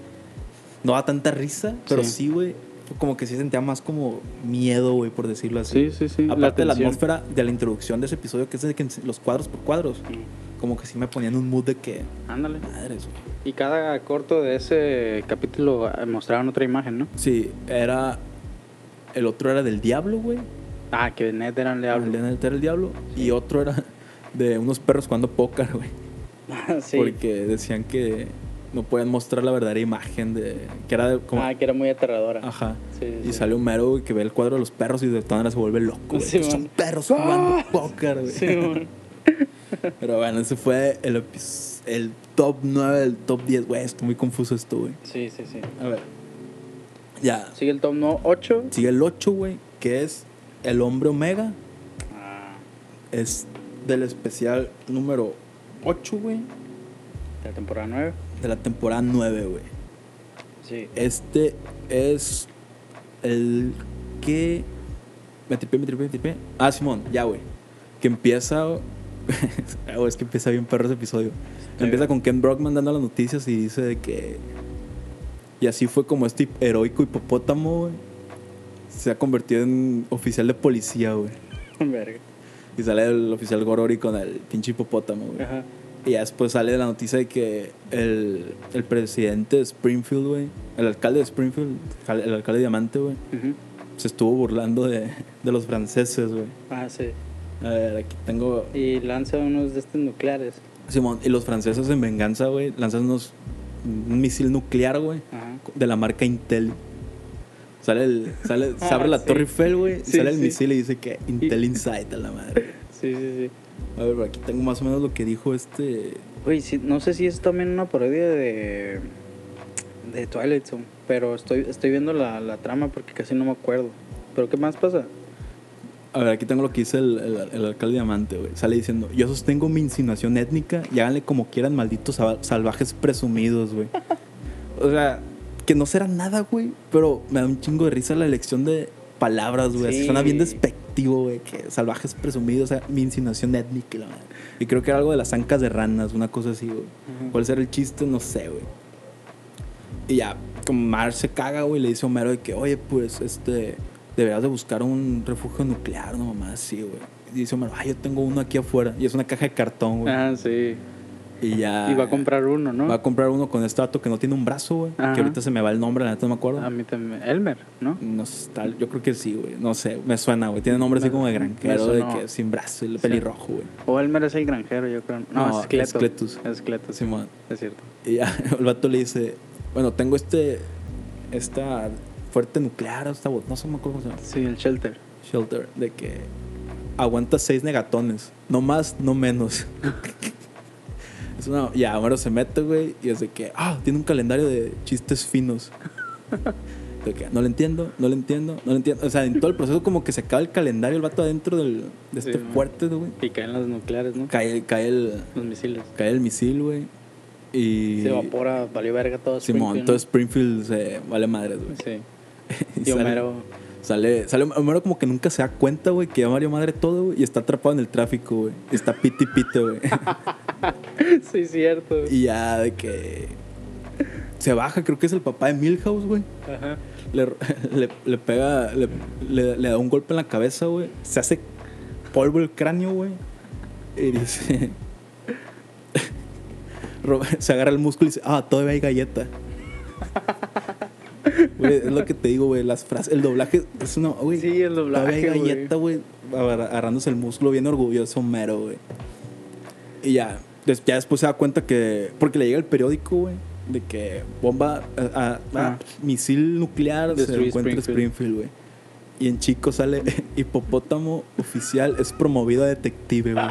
A: no da tanta risa, pero
B: Sí.
A: sí, güey, como que sí sentía más como miedo, güey, por decirlo así.
B: Sí, sí, sí.
A: Aparte de la
B: tensión.
A: atmósfera de la introducción de ese episodio, que es de que los cuadros por cuadros, como que sí me ponían un mood de que,
B: Ándale.
A: madres, güey.
B: Y cada corto de ese capítulo eh, mostraban otra imagen, ¿no?
A: Sí, era. El otro era del diablo, güey.
B: Ah, que Ned era el
A: El de
B: [LAUGHS] diablo.
A: Ned era el diablo. Y otro era de unos perros jugando póker, güey.
B: Ah, sí.
A: porque decían que no podían mostrar la verdadera imagen de que era de, como
B: Ah, que era muy aterradora.
A: ajá
B: Sí, sí,
A: y
B: sí.
A: sale Homero güey, que ve el cuadro de los perros y de todas maneras se vuelve loco güey.
B: Sí,
A: son
B: man.
A: perros jugando
B: Ah.
A: póker güey.
B: Sí, mon.
A: pero bueno ese fue el epi- el top 9 del top 10 güey estoy muy confuso esto güey
B: sí, sí, sí.
A: a ver ya
B: Sigue el top 8.
A: sigue el 8 güey que es el hombre omega
B: Ah,
A: es del especial número 8 güey
B: de la temporada 9.
A: de la temporada 9 güey
B: Sí.
A: Este es el que. Me tripé, me tripé, me tripé. Ah, Simón, ya, güey. Que empieza. [LAUGHS] Ah, güey, es que empieza bien perro ese episodio. Empieza con Ken Brockman dando las noticias y dice de que. Y así fue como este heroico hipopótamo, güey, Se ha convertido en oficial de policía, güey.
B: [LAUGHS] Verga.
A: Y sale el oficial Gorori con el pinche hipopótamo, güey.
B: Ajá.
A: Y ya después sale la noticia de que el, el presidente de Springfield, güey, el alcalde de Springfield, al- el alcalde de Diamante, güey,
B: Ujú.
A: se estuvo burlando de, de los franceses, güey.
B: Ah, sí.
A: A ver, aquí tengo.
B: Y lanza unos de estos nucleares.
A: Simón, y los franceses en venganza, güey, lanzan unos, un misil nuclear, güey,
B: Ajá.
A: de la marca Intel. Sale el, sale, se
B: Ah,
A: abre la
B: [LAUGHS] sí.
A: Torre Eiffel, güey, y
B: Sí,
A: sale el
B: sí.
A: misil y dice que Intel Insight a la madre.
B: Sí, sí, sí.
A: A ver, aquí tengo más o menos lo que dijo este.
B: Oye, sí, no sé si es también una parodia de, de Twilight Zone, pero estoy, estoy viendo la, la trama porque casi no me acuerdo. ¿Pero qué más pasa?
A: A ver, aquí tengo lo que dice el, el- el alcalde Diamante, güey. Sale diciendo, yo sostengo mi insinuación étnica y háganle como quieran, malditos sal- salvajes presumidos, güey. o sea, que no será nada, güey, pero me da un chingo de risa la elección de palabras, güey. Así Suena bien
B: Sí.
A: despectivo, güey, que salvajes presumidos, o sea, mi insinuación étnica, la verdad. Y creo que era algo de las ancas de ranas, una cosa así, güey. ¿Cuál será el chiste? No sé, güey. Y ya, como Mar se caga, güey, le dice a Homero de que, oye, pues, este, deberás de buscar un refugio nuclear, no mamá, sí, güey. Y dice Homero, ah, yo tengo uno aquí afuera. Y es una caja de cartón, güey.
B: Ah, sí.
A: Y ya.
B: Y va a comprar uno, ¿no?
A: Va a comprar uno con este dato que no tiene un brazo, güey.
B: Ajá. Ah,
A: Que ahorita se me va el nombre, la neta no me acuerdo.
B: A mí también. Elmer, ¿no?
A: No sé, tal, yo creo que sí, güey. No sé, me suena, güey. Tiene nombre así
B: Me-
A: como de
B: me
A: granjero, de
B: sonó.
A: que sin brazo, el pelirrojo, güey.
B: O Elmer es el granjero, yo creo. No,
A: No,
B: es Cletus.
A: es Cletus.
B: Es Cletus, sí,
A: Simón.
B: es cierto.
A: Y ya, [LAUGHS] el vato le dice, bueno, tengo este, esta fuerte nuclear, esta, bot- no sé me acuerdo cómo se llama,
B: Sí, el Shelter.
A: shelter, de que aguanta seis negatones, no más, no menos. [LAUGHS] es una, ya, Homero se mete, güey, y es de que, ah, tiene un calendario de chistes finos. [LAUGHS] De que, no le entiendo, no le entiendo, no le entiendo. O sea, en todo el proceso como que se acaba el calendario, el vato adentro del, de este
B: Sí, man.
A: fuerte, güey.
B: Y caen los nucleares, ¿no?
A: Cae, cae, el,
B: Los misiles.
A: cae el misil, güey. Y...
B: Se evapora, valió verga todo.
A: Simón,
B: Springfield,
A: todo Springfield se vale madres,
B: ¿no?
A: güey.
B: Sí.
A: [LAUGHS] Y
B: Y Homero. [LAUGHS]
A: Sale, sale Homero como que nunca se da cuenta, güey, que ya valió madre todo, güey, y está atrapado en el tráfico, güey. Y Está piti pito, güey. [LAUGHS]
B: sí, cierto.
A: y ya de que se baja, creo que es el papá de Milhouse, güey.
B: Ajá.
A: Le, le, le pega, le, le- le da un golpe en la cabeza, güey. Se hace polvo el cráneo, güey. Y dice... [LAUGHS] Ro- se agarra el músculo y dice, ah, todavía hay
B: [LAUGHS]
A: galleta. Güey, es lo que te digo, güey, las frases, el doblaje es una, güey.
B: Sí, el doblaje,
A: todavía hay galleta, güey, agarra- agarrándose el músculo bien orgulloso, mero, güey. Y ya, des- ya después se da cuenta que, porque le llega el periódico, güey, de que bomba, a- a- a-
B: Ah.
A: misil nuclear se
B: Destruye
A: encuentra en
B: Springfield.
A: Springfield, güey. Y en chico sale [LAUGHS] hipopótamo oficial es promovido a detective, güey.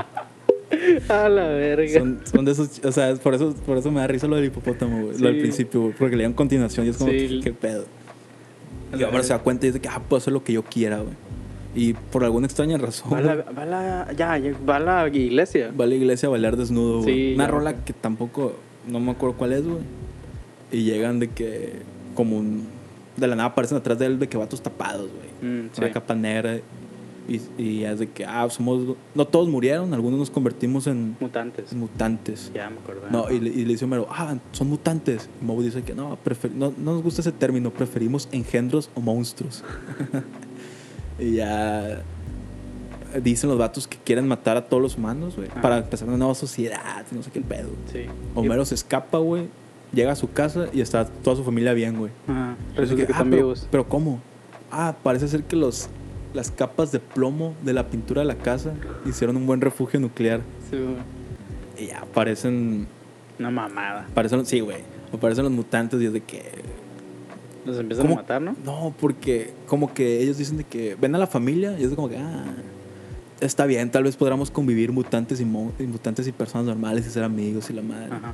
B: A la verga.
A: Son, son de esos, o sea, es por eso, por eso me da risa lo del hipopótamo, güey. Lo del
B: Sí.
A: principio, güey, porque le dan continuación y es como,
B: Sí.
A: que qué pedo. Y ahora se da cuenta y dice que, ah, puedo hacer lo que yo quiera, güey. Y por alguna extraña razón,
B: Va a la, va a la- ya, ya, va a la iglesia.
A: va a la iglesia a bailar desnudo, güey.
B: Sí,
A: Una
B: ya.
A: rola que tampoco, no me acuerdo cuál es, güey. Y llegan de que, como un. De la nada aparecen atrás de él de que vatos tapados, güey.
B: Mm, sí.
A: Una capa negra. Y, y es de que, ah, somos. No todos murieron, algunos nos convertimos en
B: Mutantes.
A: mutantes.
B: Ya me acordé.
A: Mm. No, y, le- y le dice Homero, ah, son mutantes. Y Moe dice que no, prefer- no, no nos gusta ese término, preferimos engendros o monstruos. [LAUGHS] y ya dicen los vatos que quieren matar a todos los humanos, güey,
B: Ah.
A: para empezar una nueva sociedad, y no sé qué pedo.
B: Sí.
A: Homero se escapa, güey, llega a su casa y está toda su familia bien, güey.
B: Ajá.
A: Dice
B: Resulta que
A: ah,
B: están
A: pero,
B: vivos.
A: pero ¿cómo? Ah, parece ser que los, las capas de plomo de la pintura de la casa hicieron un buen refugio nuclear.
B: Sí, güey.
A: Y ya aparecen
B: Una mamada.
A: Aparecen, sí, güey. Aparecen los mutantes y es de que.
B: Los empiezan
A: ¿Cómo?
B: a matar, ¿no?
A: No, porque como que ellos dicen de que ven a la familia y es como que, ah, está bien, tal vez podamos convivir mutantes y, mon- y mutantes y personas normales y ser amigos y la madre.
B: Ajá.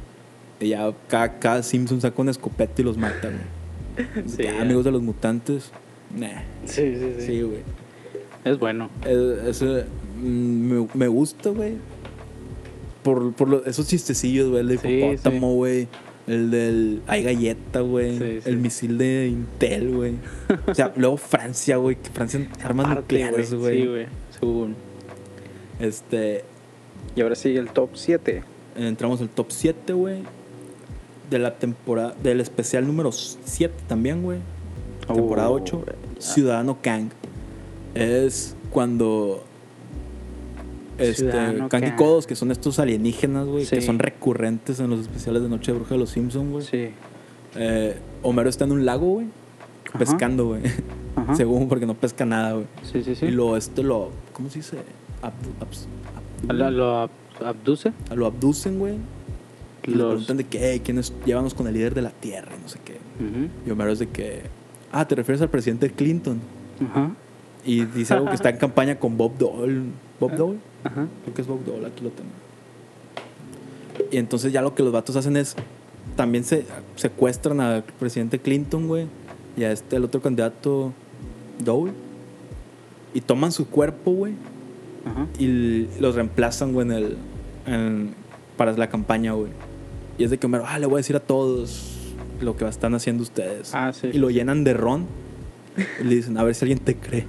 A: Y ya cada, cada Simpson saca una escopeta y los mata, güey. Es de que,
B: [LAUGHS] Sí, ya.
A: ah, amigos de los mutantes. Nah.
B: Sí, sí, sí.
A: Sí, güey.
B: Es bueno.
A: Eh, Eso mm, me, me gusta, güey. Por, por lo- esos chistecillos, güey. El de
B: Sí,
A: hipopótamo, güey. El del. Hay galleta, güey.
B: Sí, sí.
A: El misil de Intel, güey. O
B: [LAUGHS]
A: sea, luego Francia, güey. que Francia en armas
B: Aparte,
A: nucleares,
B: Sí,
A: güey.
B: güey. Según.
A: este.
B: Y ahora sigue el top 7.
A: Entramos al top 7, güey. De la temporada. Del especial número 7 también, güey. Temporada
B: Oh,
A: 8.
B: güey.
A: Ciudadano Kang. Es cuando. Este,
B: Ciudadano
A: Kang y
B: Kang.
A: Kodos, que son estos alienígenas, güey, que
B: Sí.
A: son recurrentes en los especiales de Noche de Bruja de los Simpsons, güey.
B: Sí.
A: Eh, Homero está en un lago, güey,
B: Ajá.
A: pescando, güey. [LAUGHS]
B: Ajá.
A: Según, porque no pesca nada, güey.
B: Sí, sí,
A: Y
B: sí.
A: lo, este lo. ¿Cómo se dice? Abdu- abs- abdu-
B: Lo, lo ab- abduce.
A: lo abducen, güey. Y le
B: Los-
A: preguntan de que, "Hey, ¿quién es? Llévanos con el líder de la tierra y no sé qué.
B: Ujú.
A: Y Homero es de que. Ah, ¿te refieres al presidente Clinton?
B: Ajá.
A: Y dice algo que está en campaña con Bob Dole. ¿Bob Dole?
B: Ajá.
A: Creo que es Bob Dole, aquí lo tengo. Y entonces ya lo que los vatos hacen es. También se secuestran al presidente Clinton, güey. Y a este, el otro candidato, Dole. Y toman su cuerpo, güey.
B: Ajá.
A: Y l- los reemplazan, güey, en el. en- para la campaña, güey. Y es de que Homero, ah, le voy a decir a todos lo que están haciendo ustedes.
B: Ah, sí.
A: Y lo llenan de ron. Y le dicen, a ver si alguien te cree.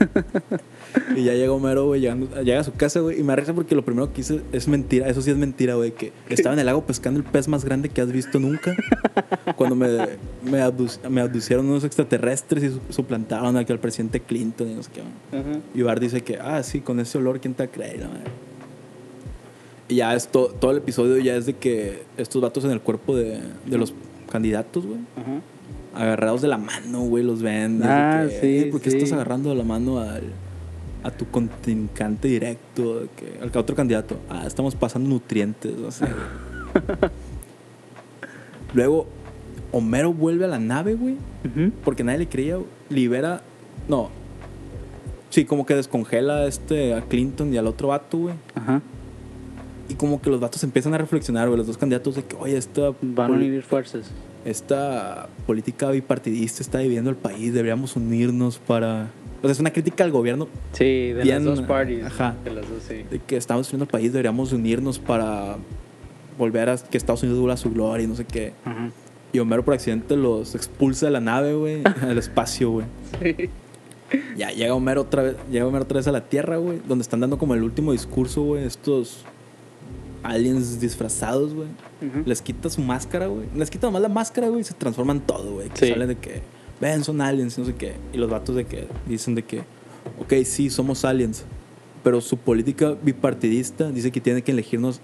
B: [LAUGHS]
A: y ya llega Homero, güey, llegando- llega a su casa, güey. Y me arriesga porque lo primero que hice es mentira. Eso sí es mentira, güey. Que estaba en el lago pescando el pez más grande que has visto nunca. Cuando me, me, abdu- me abducieron unos extraterrestres y su- suplantaron aquí al presidente Clinton y no sé qué. güey.
B: Ajá.
A: Y Bart dice que, ah, sí, con ese olor, ¿quién te cree? La madre. Y ya es to- todo el episodio ya es de que estos vatos en el cuerpo de, de los candidatos, güey
B: Ajá.
A: agarrados de la mano, güey, los ven. desde
B: Ah,
A: que,
B: sí,
A: "Eh, ¿Por qué
B: sí.
A: estás agarrando de la mano al, a tu contrincante directo? De que- al otro candidato. Ah, estamos pasando nutrientes, o sea.
B: [LAUGHS]
A: Luego, Homero vuelve a la nave, güey,
B: Ujú.
A: porque nadie le creía. Libera. No. Sí, como que descongela a este, a Clinton y al otro vato, güey.
B: Ajá.
A: Y como que los vatos empiezan a reflexionar, güey, los dos candidatos, de que, oye, esta.
B: Van a
A: poli-
B: unir fuerzas.
A: esta política bipartidista está dividiendo el país, deberíamos unirnos para... O sea, es una crítica al gobierno
B: Sí, de
A: Bien,
B: las dos parties.
A: ajá.
B: De las dos, sí.
A: de que estamos uniendo el país, deberíamos unirnos para volver a que Estados Unidos vuelva a su gloria y no sé qué.
B: Ajá.
A: Y Homero por accidente los expulsa de la nave, güey,
B: [LAUGHS]
A: al espacio, güey.
B: Sí.
A: Ya llega Homero otra vez, llega Homero otra vez a la Tierra, güey, donde están dando como el último discurso, güey, estos aliens disfrazados, güey.
B: Ujú.
A: Les quita su máscara, güey. Les quita nomás la máscara, güey, y se transforman todo, güey. Que
B: Sí.
A: salen de que, ven, son aliens, no sé qué. Y los vatos de que dicen de que, ok, sí, somos aliens. Pero su política bipartidista dice que tiene que elegirnos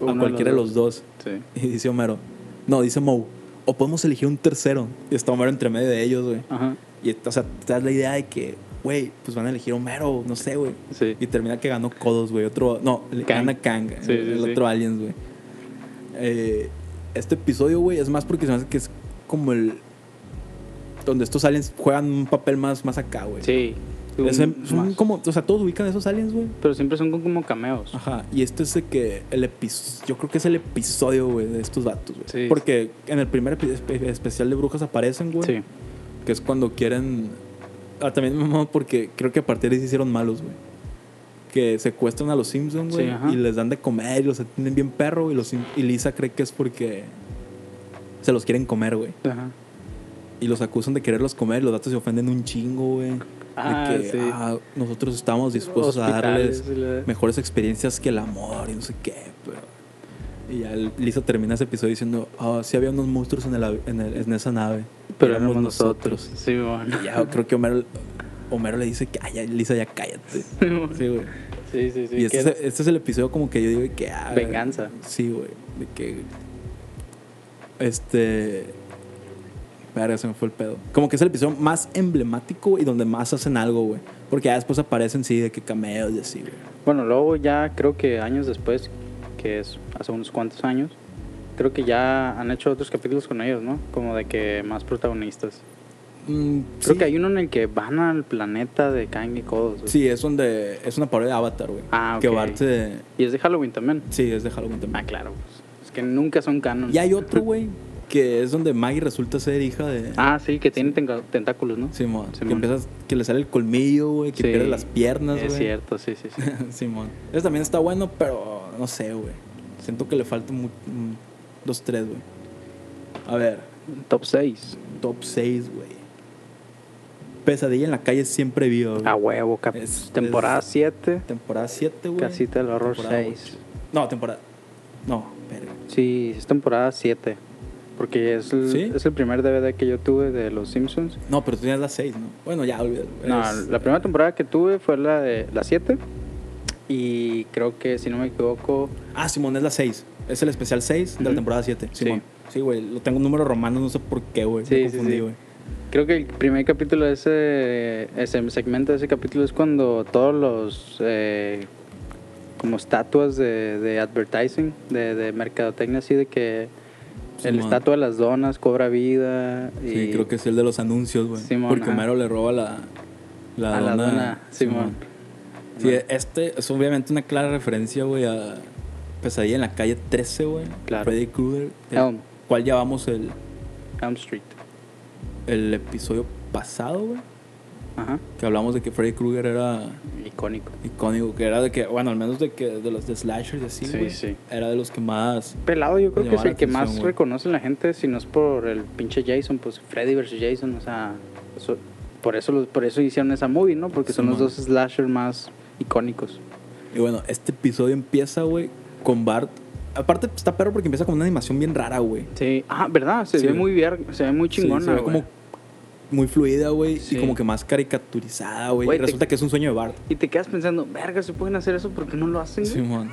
B: Uno
A: a
B: de
A: cualquiera de
B: los
A: los dos.
B: Sí.
A: Y dice Homero, no, dice Moe, o podemos elegir un tercero. Y está Homero entre medio de ellos, güey.
B: Ajá.
A: Y, o sea, te das la idea de que, güey, pues van a elegir Homero, no sé, güey.
B: Sí.
A: Y termina que ganó Codos, güey. Otro. No, le
B: Kang.
A: gana Kang.
B: Sí,
A: el,
B: sí,
A: el
B: sí.
A: otro Aliens, güey. Eh, este episodio, güey, es más porque se me hace que es como el. Donde estos aliens juegan un papel más, más acá, güey.
B: Sí.
A: Es
B: Un-
A: en- son
B: más.
A: como. O sea, todos ubican a esos aliens, güey.
B: Pero siempre son como cameos.
A: Ajá. Y este es de que. El episodio. Yo creo que es el episodio, güey, de estos vatos, güey.
B: Sí.
A: Porque en el primer epi- espe- especial de Brujas aparecen, güey.
B: Sí.
A: Que es cuando quieren. Ah, también me mamó porque creo que a partir de ahí se hicieron malos, güey. Que secuestran a los Simpsons,
B: Sí,
A: güey.
B: ajá.
A: y les dan de comer y los atienden bien perro. Y, los, Sim- y Lisa cree que es porque se los quieren comer, güey.
B: Ajá.
A: Y los acusan de quererlos comer. y Los datos se ofenden un chingo, güey.
B: Ah,
A: de que
B: sí.
A: ah, nosotros estamos dispuestos a
B: Hospitales
A: darles
B: y la-
A: mejores experiencias que el amor y no sé qué, pero... Y ya el- Lisa termina ese episodio diciendo, ah, sí había unos monstruos en, el av- en, el- en esa nave.
B: Pero éramos nosotros. Sí, bueno.
A: Y ya creo que Homero, Homero le dice que, ay, ya, Lisa, ya cállate. [LAUGHS] Sí, güey.
B: Sí, sí, sí.
A: y este
B: que
A: es, este es el episodio como que yo digo que... ah,
B: Venganza.
A: Sí, güey. De que... Este... Verga, se me fue el pedo. Como que es el episodio más emblemático y donde más hacen algo, güey. Porque ya después aparecen, sí, de que cameos y así, güey.
B: Bueno, luego ya creo que años después, que es hace unos cuantos años, creo que ya han hecho otros capítulos con ellos, ¿no? Como de que más protagonistas.
A: Mm,
B: Creo
A: sí.
B: que hay uno en el que van al planeta de Kang y Kodos. güey.
A: Sí, es donde es una parodia de Avatar, güey.
B: Ah,
A: Que
B: ok.
A: Bart se-
B: Y es de Halloween también.
A: Sí, es de Halloween también.
B: Ah, claro. pues, Es que nunca son canon.
A: Y hay otro, güey, que es donde Maggie resulta ser hija de
B: Ah, sí, que tiene tenga- tentáculos, ¿no?
A: Simón.
B: Simón.
A: Que empiezas que le sale el colmillo, güey, que
B: Sí.
A: pierde las piernas, güey.
B: Es cierto, sí, sí, sí.
A: [LAUGHS] Simón. Eso también está bueno, pero no sé, güey. Siento que le faltan mu- mm, dos, tres, güey. A ver,
B: Top 6.
A: top 6, güey. Pesadilla en la calle siempre viva, güey.
B: A huevo, cap-
A: Es-
B: temporada
A: es-
B: 7.
A: Temporada 7, güey.
B: Casita del horror
A: Temporada
B: 6.
A: ocho. No, temporada. No, pero.
B: Sí, es temporada 7. Porque es el,
A: ¿Sí?
B: es el primer DVD que yo tuve de Los Simpsons.
A: No, pero tú tenías las 6, ¿no? Bueno, ya, olvídalo. güey.
B: No,
A: Es-
B: la primera temporada que tuve fue la de la 7. Y creo que, si no me equivoco,
A: Ah, Simón, es la 6. Es el especial 6 de la
B: Ujú.
A: temporada 7. Simón. Sí, güey. Lo tengo un número romano, no sé por qué, güey.
B: Sí,
A: Me
B: sí,
A: confundí,
B: sí.
A: güey.
B: creo que el primer capítulo de ese, ese segmento de ese capítulo es cuando todos los. eh, como estatuas de, de advertising, de, de mercadotecnia, así de que. el
A: Simón.
B: estatua de las donas cobra vida.
A: Sí,
B: y-
A: creo que es el de los anuncios, güey.
B: Simón,
A: Porque
B: ajá.
A: Homero le roba la. La
B: a
A: dona.
B: la dona, Simón.
A: Sí, este es obviamente una clara referencia, güey, a Pesadilla en la calle 13, güey.
B: Claro. Oh.
A: Freddy Krueger. el
B: Elm.
A: cual llevamos el,
B: Elm Street.
A: el episodio pasado, güey.
B: Ajá.
A: Que hablamos de que Freddy Krueger era
B: Icónico.
A: icónico, que era de que, bueno, al menos de que de los de slashers y así,
B: Sí,
A: güey,
B: sí.
A: era de los que más
B: Pelado, yo creo
A: Me
B: que es
A: llamaba
B: el
A: la
B: que
A: atención,
B: más
A: güey.
B: reconoce la gente, si no es por el pinche Jason, pues Freddy versus Jason, o sea, eso- por eso lo- por eso hicieron esa movie, ¿no? Porque son los
A: Simón.
B: dos slasher más icónicos.
A: Y bueno, este episodio empieza, güey, con Bart. Aparte pues, está perro porque empieza con una animación bien rara, güey.
B: Sí, ah, ¿verdad? Se
A: Sí,
B: ve
A: güey.
B: muy bien, se ve muy chingona,
A: Sí, se ve
B: güey.
A: como muy fluida, güey,
B: Sí.
A: y como que más caricaturizada, güey.
B: Güey,
A: Y
B: te-
A: Resulta que es un sueño de Bart.
B: Y te quedas pensando, verga, si pueden hacer eso, ¿por qué no lo hacen? güey?"
A: Simón.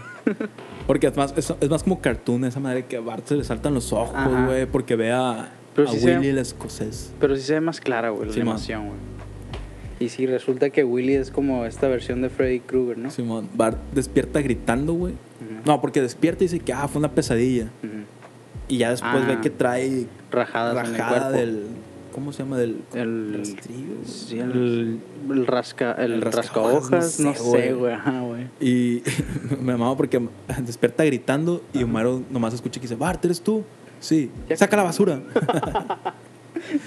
A: Porque además es, es más como cartoon esa madre que a Bart se le saltan los ojos,
B: Ajá.
A: güey, porque ve a,
B: Pero
A: a
B: sí se ve-
A: Willy el escocés.
B: Pero sí se ve más clara, güey, la
A: Simón.
B: animación, güey. Y sí, resulta que Willy es como esta versión de Freddy Krueger, ¿no?
A: Simón, Bart despierta gritando, güey.
B: Ujú.
A: No, porque despierta y dice que ah, fue una pesadilla.
B: Ujú.
A: Y ya después
B: Ah.
A: ve que trae
B: Rajadas en el
A: rajada
B: cuerpo.
A: del. ¿Cómo se llama? Del.
B: El-
A: rastrillo, güey.
B: sí, el- El rasca, el,
A: El
B: rascahojas,
A: rascahojas,
B: no
A: no sé,
B: sé, güey. Ajá, güey.
A: Y [LAUGHS] me amaba porque despierta gritando y Homero nomás escucha que dice: Bart, ¿eres tú? Sí,
B: Ya-
A: saca la basura.
B: [LAUGHS]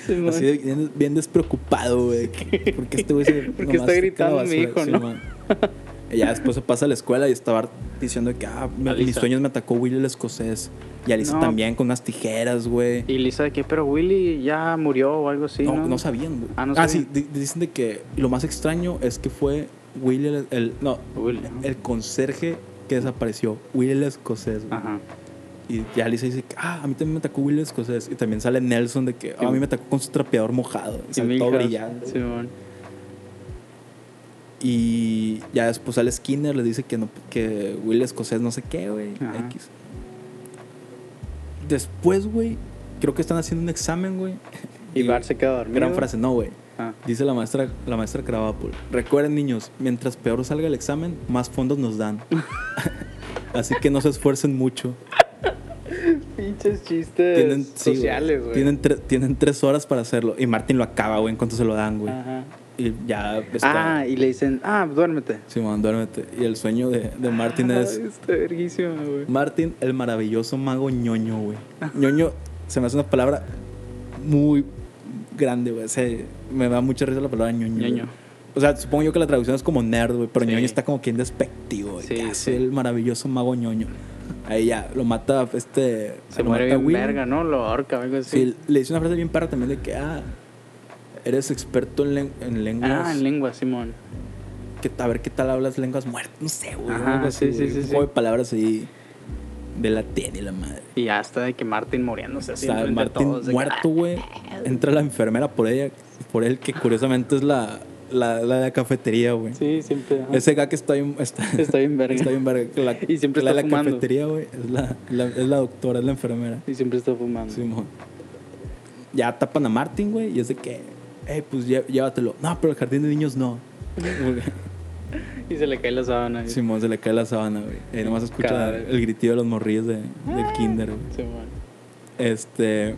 B: Sí, man.
A: Así de bien, bien despreocupado, güey. Porque este güey se.
B: [LAUGHS] Porque
A: nomás
B: está
A: saca la
B: gritando mi
A: basura,
B: hijo, ¿no?
A: man. Y ya después se pasa a la escuela y está Bart diciendo que ah, me-
B: Alisa.
A: mis sueños me atacó Willy el escocés. Y Alicia
B: No.
A: también con unas tijeras, güey.
B: Y Lisa de que, pero Willy ya murió o algo así,
A: no,
B: ¿no?
A: no sabían, güey.
B: Ah,
A: Ah,
B: no
A: sí,
B: sabían.
A: di- dicen de que lo más extraño es que fue Willy el. el- no,
B: Willy, ¿no?
A: el conserje que desapareció, Willy el escocés, güey.
B: Ajá.
A: Y ya Alicia dice, que, ah, a mí también me atacó Willy el escocés. Y también sale Nelson de que, "Ah, a mí me atacó con su trapeador mojado. Y sale todo
B: Milhouse,
A: brillante.
B: sí, man.
A: Y ya después sale Skinner, le dice que, no, que Will Escocés no sé qué, güey.
B: Ajá.
A: X. Después, güey, creo que están haciendo un examen, güey.
B: Y Bart se queda dormido.
A: Gran frase, no, güey.
B: Ah,
A: Dice la maestra, la maestra Krabappel. Recuerden, niños, mientras peor salga el examen, más fondos nos dan. [LAUGHS] Así que no se esfuercen mucho.
B: pinches chistes
A: Tienen, sí, güey.
B: sociales, güey.
A: tienen, tre- tienen tres horas para hacerlo. Y Martin lo acaba, güey, en cuanto se lo dan, güey.
B: Ajá.
A: Y ya está.
B: Ah, y le dicen, ah, duérmete.
A: Simón, duérmete. Y el sueño de, de
B: [LAUGHS]
A: Martin
B: Ah,
A: es
B: Está verguísima, güey.
A: Martin, el maravilloso mago ñoño, güey. ñoño se me hace una palabra muy, grande, güey. Ese- Me da mucha risa la palabra ñoño. güey.
B: Ñoño.
A: O sea, supongo yo que la traducción es como nerd, güey, pero
B: Sí.
A: ñoño está como quien despectivo, güey.
B: Sí,
A: que hace
B: sí.
A: el maravilloso mago ñoño. Ahí ya, lo mata este.
B: Se
A: lo
B: muere
A: mata
B: bien
A: Will.
B: verga, ¿no? Lo ahorca, algo así.
A: Sí, le dice una frase bien perra también de que, ah, eres experto en, len- en lenguas.
B: ah, en lengua, Simón.
A: que, a ver qué tal hablas lenguas muertas. No sé, güey.
B: Ajá,
A: algo así,
B: sí, sí,
A: güey.
B: sí,
A: Un
B: sí.
A: juego de palabras ahí de latín y la madre.
B: Y hasta de que Martin muriéndose
A: O
B: así.
A: sea,
B: enfrente de
A: Martín
B: todos, de que, "Ah,
A: muerto, güey. Entra la enfermera por ella, por él, que curiosamente es la, la, la de la cafetería, güey.
B: "Ah". Sí, siempre. ajá.
A: Ese gag está bien. Está,
B: [LAUGHS] Está bien verga.
A: Está bien verga. que La,
B: Y siempre
A: la de
B: está
A: la
B: fumando.
A: cafetería, güey. Es la, la- es la doctora, es la enfermera.
B: Y siempre está fumando.
A: Simón. Ya tapan a Martin, güey, y es de que, eh, pues lle- llévatelo. No, pero el jardín de niños no.
B: [LAUGHS] Y se le cae la sábana. Sí.
A: Simón se le cae la sábana, güey. Y nomás escucha
B: Cada vez. Ah.
A: el gritillo de los morrillos de, del kinder, güey.
B: Simón.
A: Este.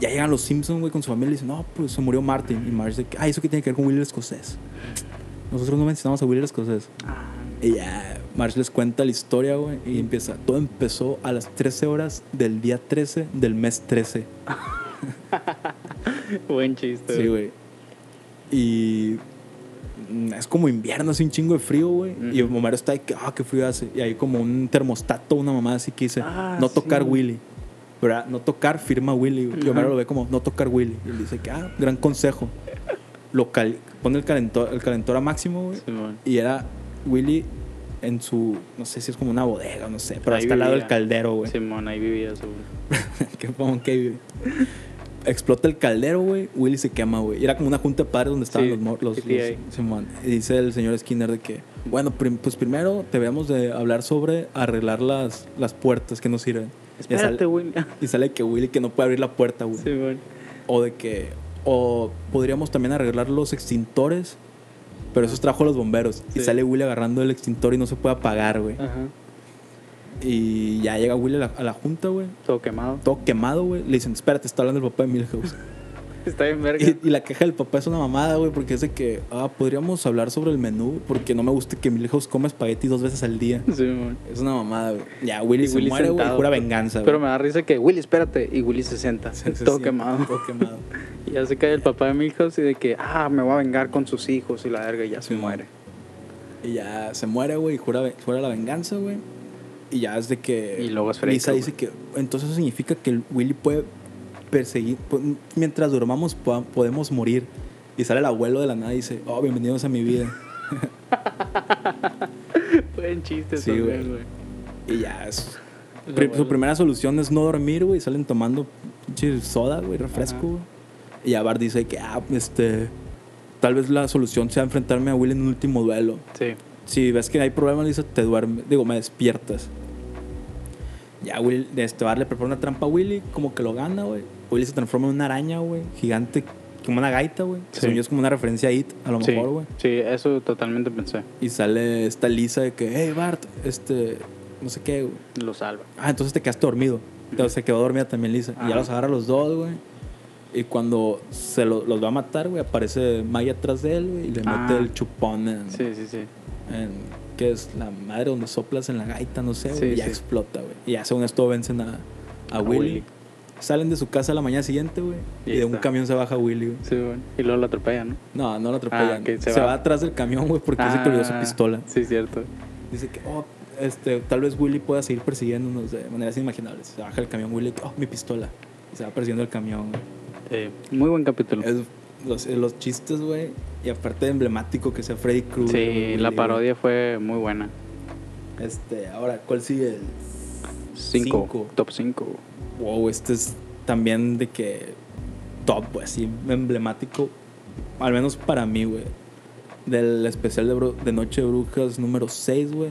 A: Ya llegan los Simpsons, güey, con su familia y dicen, no, pues se murió Martin. Y Marge dice, ah, ¿eso qué tiene que ver con Willy el Escocés? Nosotros no mencionamos a Willy el Escocés.
B: Ah,
A: Y ya, Marge les cuenta la historia, güey, y empieza. Todo empezó a las 13 horas del día 13 del mes 13.
B: buen chiste.
A: Sí, güey. Y mm, es como invierno, hace un chingo de frío, güey. Y
B: Ujú.
A: Homero está de que, ah, qué frío hace. Y hay como un termostato, una mamá así que dice,
B: Ah,
A: no tocar
B: sí.
A: Willy. ¿Verdad? No tocar, firma Willy. güey. Y Homero
B: Ajá.
A: lo ve como, no tocar Willy. Y él dice que, ah, gran consejo. Lo cal- pone el calentor, el calentor a máximo, güey.
B: Simón.
A: Y era Willy en su, no sé si es como una bodega, no sé, pero
B: Ahí
A: hasta al lado del
B: vivía.
A: caldero, güey.
B: Simón, ahí vivía seguro.
A: [LAUGHS] Qué mamón que vive. Explota el caldero, güey. Willy se quema, güey. Y Era como una junta de padres donde estaban
B: Sí,
A: los mor- los, los,
B: PTA.
A: Simón. Y dice el señor Skinner de que, bueno, prim- pues primero debemos de hablar sobre arreglar las, las puertas que no sirven. Y
B: Espérate,
A: sale- [LAUGHS]
B: Will.
A: Y sale que Willy que no puede abrir la puerta, güey.
B: Simón.
A: O de que, o podríamos también arreglar los extintores, pero esos trajo los bomberos. Y
B: Sí. Ah.
A: sale Willy agarrando el extintor y no se puede apagar, güey.
B: Ajá.
A: Y ya llega Willy a la, a la junta, güey.
B: Todo quemado. [LAUGHS]
A: Todo quemado, güey. Le dicen, espérate, está hablando el papá de Milhouse.
B: Está bien verga.
A: Y, y la queja del papá es una mamada, güey, porque es de que, ah, podríamos hablar sobre el menú, porque no me gusta que Milhouse coma espagueti dos veces al día.
B: Simón.
A: Es una mamada, güey. Ya, Willy
B: Y
A: se
B: Willy
A: muere, güey,
B: sentado.
A: y jura venganza, güey.
B: Pero me da risa que Willy, espérate. Y Willy
A: [LAUGHS]
B: se senta.
A: Se- se
B: todo
A: siente
B: quemado.
A: Todo quemado.
B: Y ya se cae el papá de Milhouse y de que, ah, me voy a vengar con sus hijos y la verga. Y ya se
A: Simón. [LAUGHS]
B: muere.
A: Y ya se muere, güey, y jura, ve- jura la venganza, güey. Y ya es de que.
B: Y luego es Freddy
A: Lisa dice que. Entonces eso significa que el Willy puede perseguir. pu- Mientras durmamos, po- podemos morir. Y sale el abuelo de la nada y dice: Oh, bienvenidos a mi vida.
B: Buen chiste,
A: Sí,
B: también,
A: güey.
B: güey.
A: Y ya
B: [LAUGHS]
A: es.
B: Lo
A: pri-
B: bueno.
A: su primera solución es no dormir, güey. Salen tomando pinche soda, güey, refresco,
B: Ajá.
A: güey. Y ya Bart dice que, ah, este. Tal vez la solución sea enfrentarme a Willy en un último duelo.
B: Sí.
A: Si ves que hay problemas, dice, te duermes. Digo, me despiertas. Ya, Will, este Bart le prepara una trampa a Willy, como que lo gana, güey. Willy se transforma en una araña, güey, gigante, como una gaita, güey.
B: Sí.
A: Se unió es como una referencia a It, a lo
B: sí.
A: mejor, güey.
B: Sí, eso totalmente pensé.
A: Y sale esta Lisa de que, hey, Bart, este. No sé qué, güey.
B: Lo salva.
A: Ah, entonces te quedaste dormido. Entonces se quedó dormida también Lisa. Y ya
B: Ajá.
A: los agarra los dos, güey. Y cuando se lo- los va a matar, güey, aparece Maggie atrás de él, güey, y le
B: Ah.
A: mete el chupón en,
B: Sí, sí, sí.
A: en- que es la madre donde soplas en la gaita, no sé, güey,
B: Sí,
A: y ya
B: sí.
A: explota, güey. Y ya según esto vencen a, a
B: A
A: Willy.
B: Willy.
A: Salen de su casa a la mañana siguiente, güey,
B: Y
A: y,
B: ahí
A: de un
B: está.
A: camión se baja Willy, güey.
B: Sí, güey. Y luego lo atropella, ¿no?
A: No, no lo atropellan.
B: ok, se
A: se
B: va.
A: va. atrás del camión, güey, porque dice que olvidó su
B: Ah,
A: pistola.
B: Sí, cierto.
A: Dice que, oh, este, tal vez Willy pueda seguir persiguiéndonos de maneras inimaginables. Se baja el camión Willy, oh, mi pistola. Y se va persiguiendo el camión, güey.
B: Eh, muy buen capítulo.
A: Es los, eh, los chistes, güey. Y aparte emblemático que sea Freddy Krueger.
B: sí,
A: güey, Willy,
B: la
A: güey.
B: parodia fue muy buena.
A: Este, ahora, ¿cuál sigue? El-
B: Cinco.
A: Cinco.
B: Top 5.
A: Wow, este es también de que top, güey, así emblemático. Al menos para mí, güey. Del especial de, bru- de Noche de Brujas número 6, güey.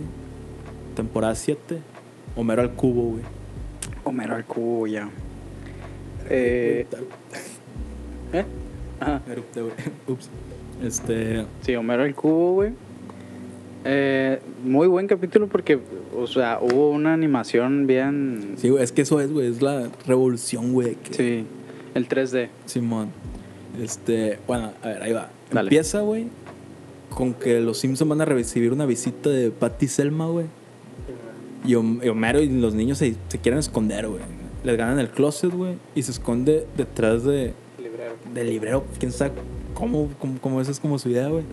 A: Temporada 7. Homero al cubo, güey.
B: Homero al cubo, ya. Eh, ¿eh? Ajá.
A: Erupté, güey. [LAUGHS] Ups. Este.
B: Sí, Homero el Cubo, güey. Eh, muy buen capítulo porque, o sea, hubo una animación bien...
A: Sí, güey, es que eso es, güey. Es la revolución, güey. que-
B: Sí, el 3D.
A: Simón. Este. Bueno, a ver, ahí va.
B: Dale.
A: Empieza, güey. Con que los Simpsons van a recibir una visita de Patty y Selma, güey. Y, Hom- y Homero y los niños se, se quieren esconder, güey. Les ganan el closet, güey. Y se esconde detrás de,
C: librero.
A: del librero, quién sabe cómo, cómo, cómo esa es como su idea, güey.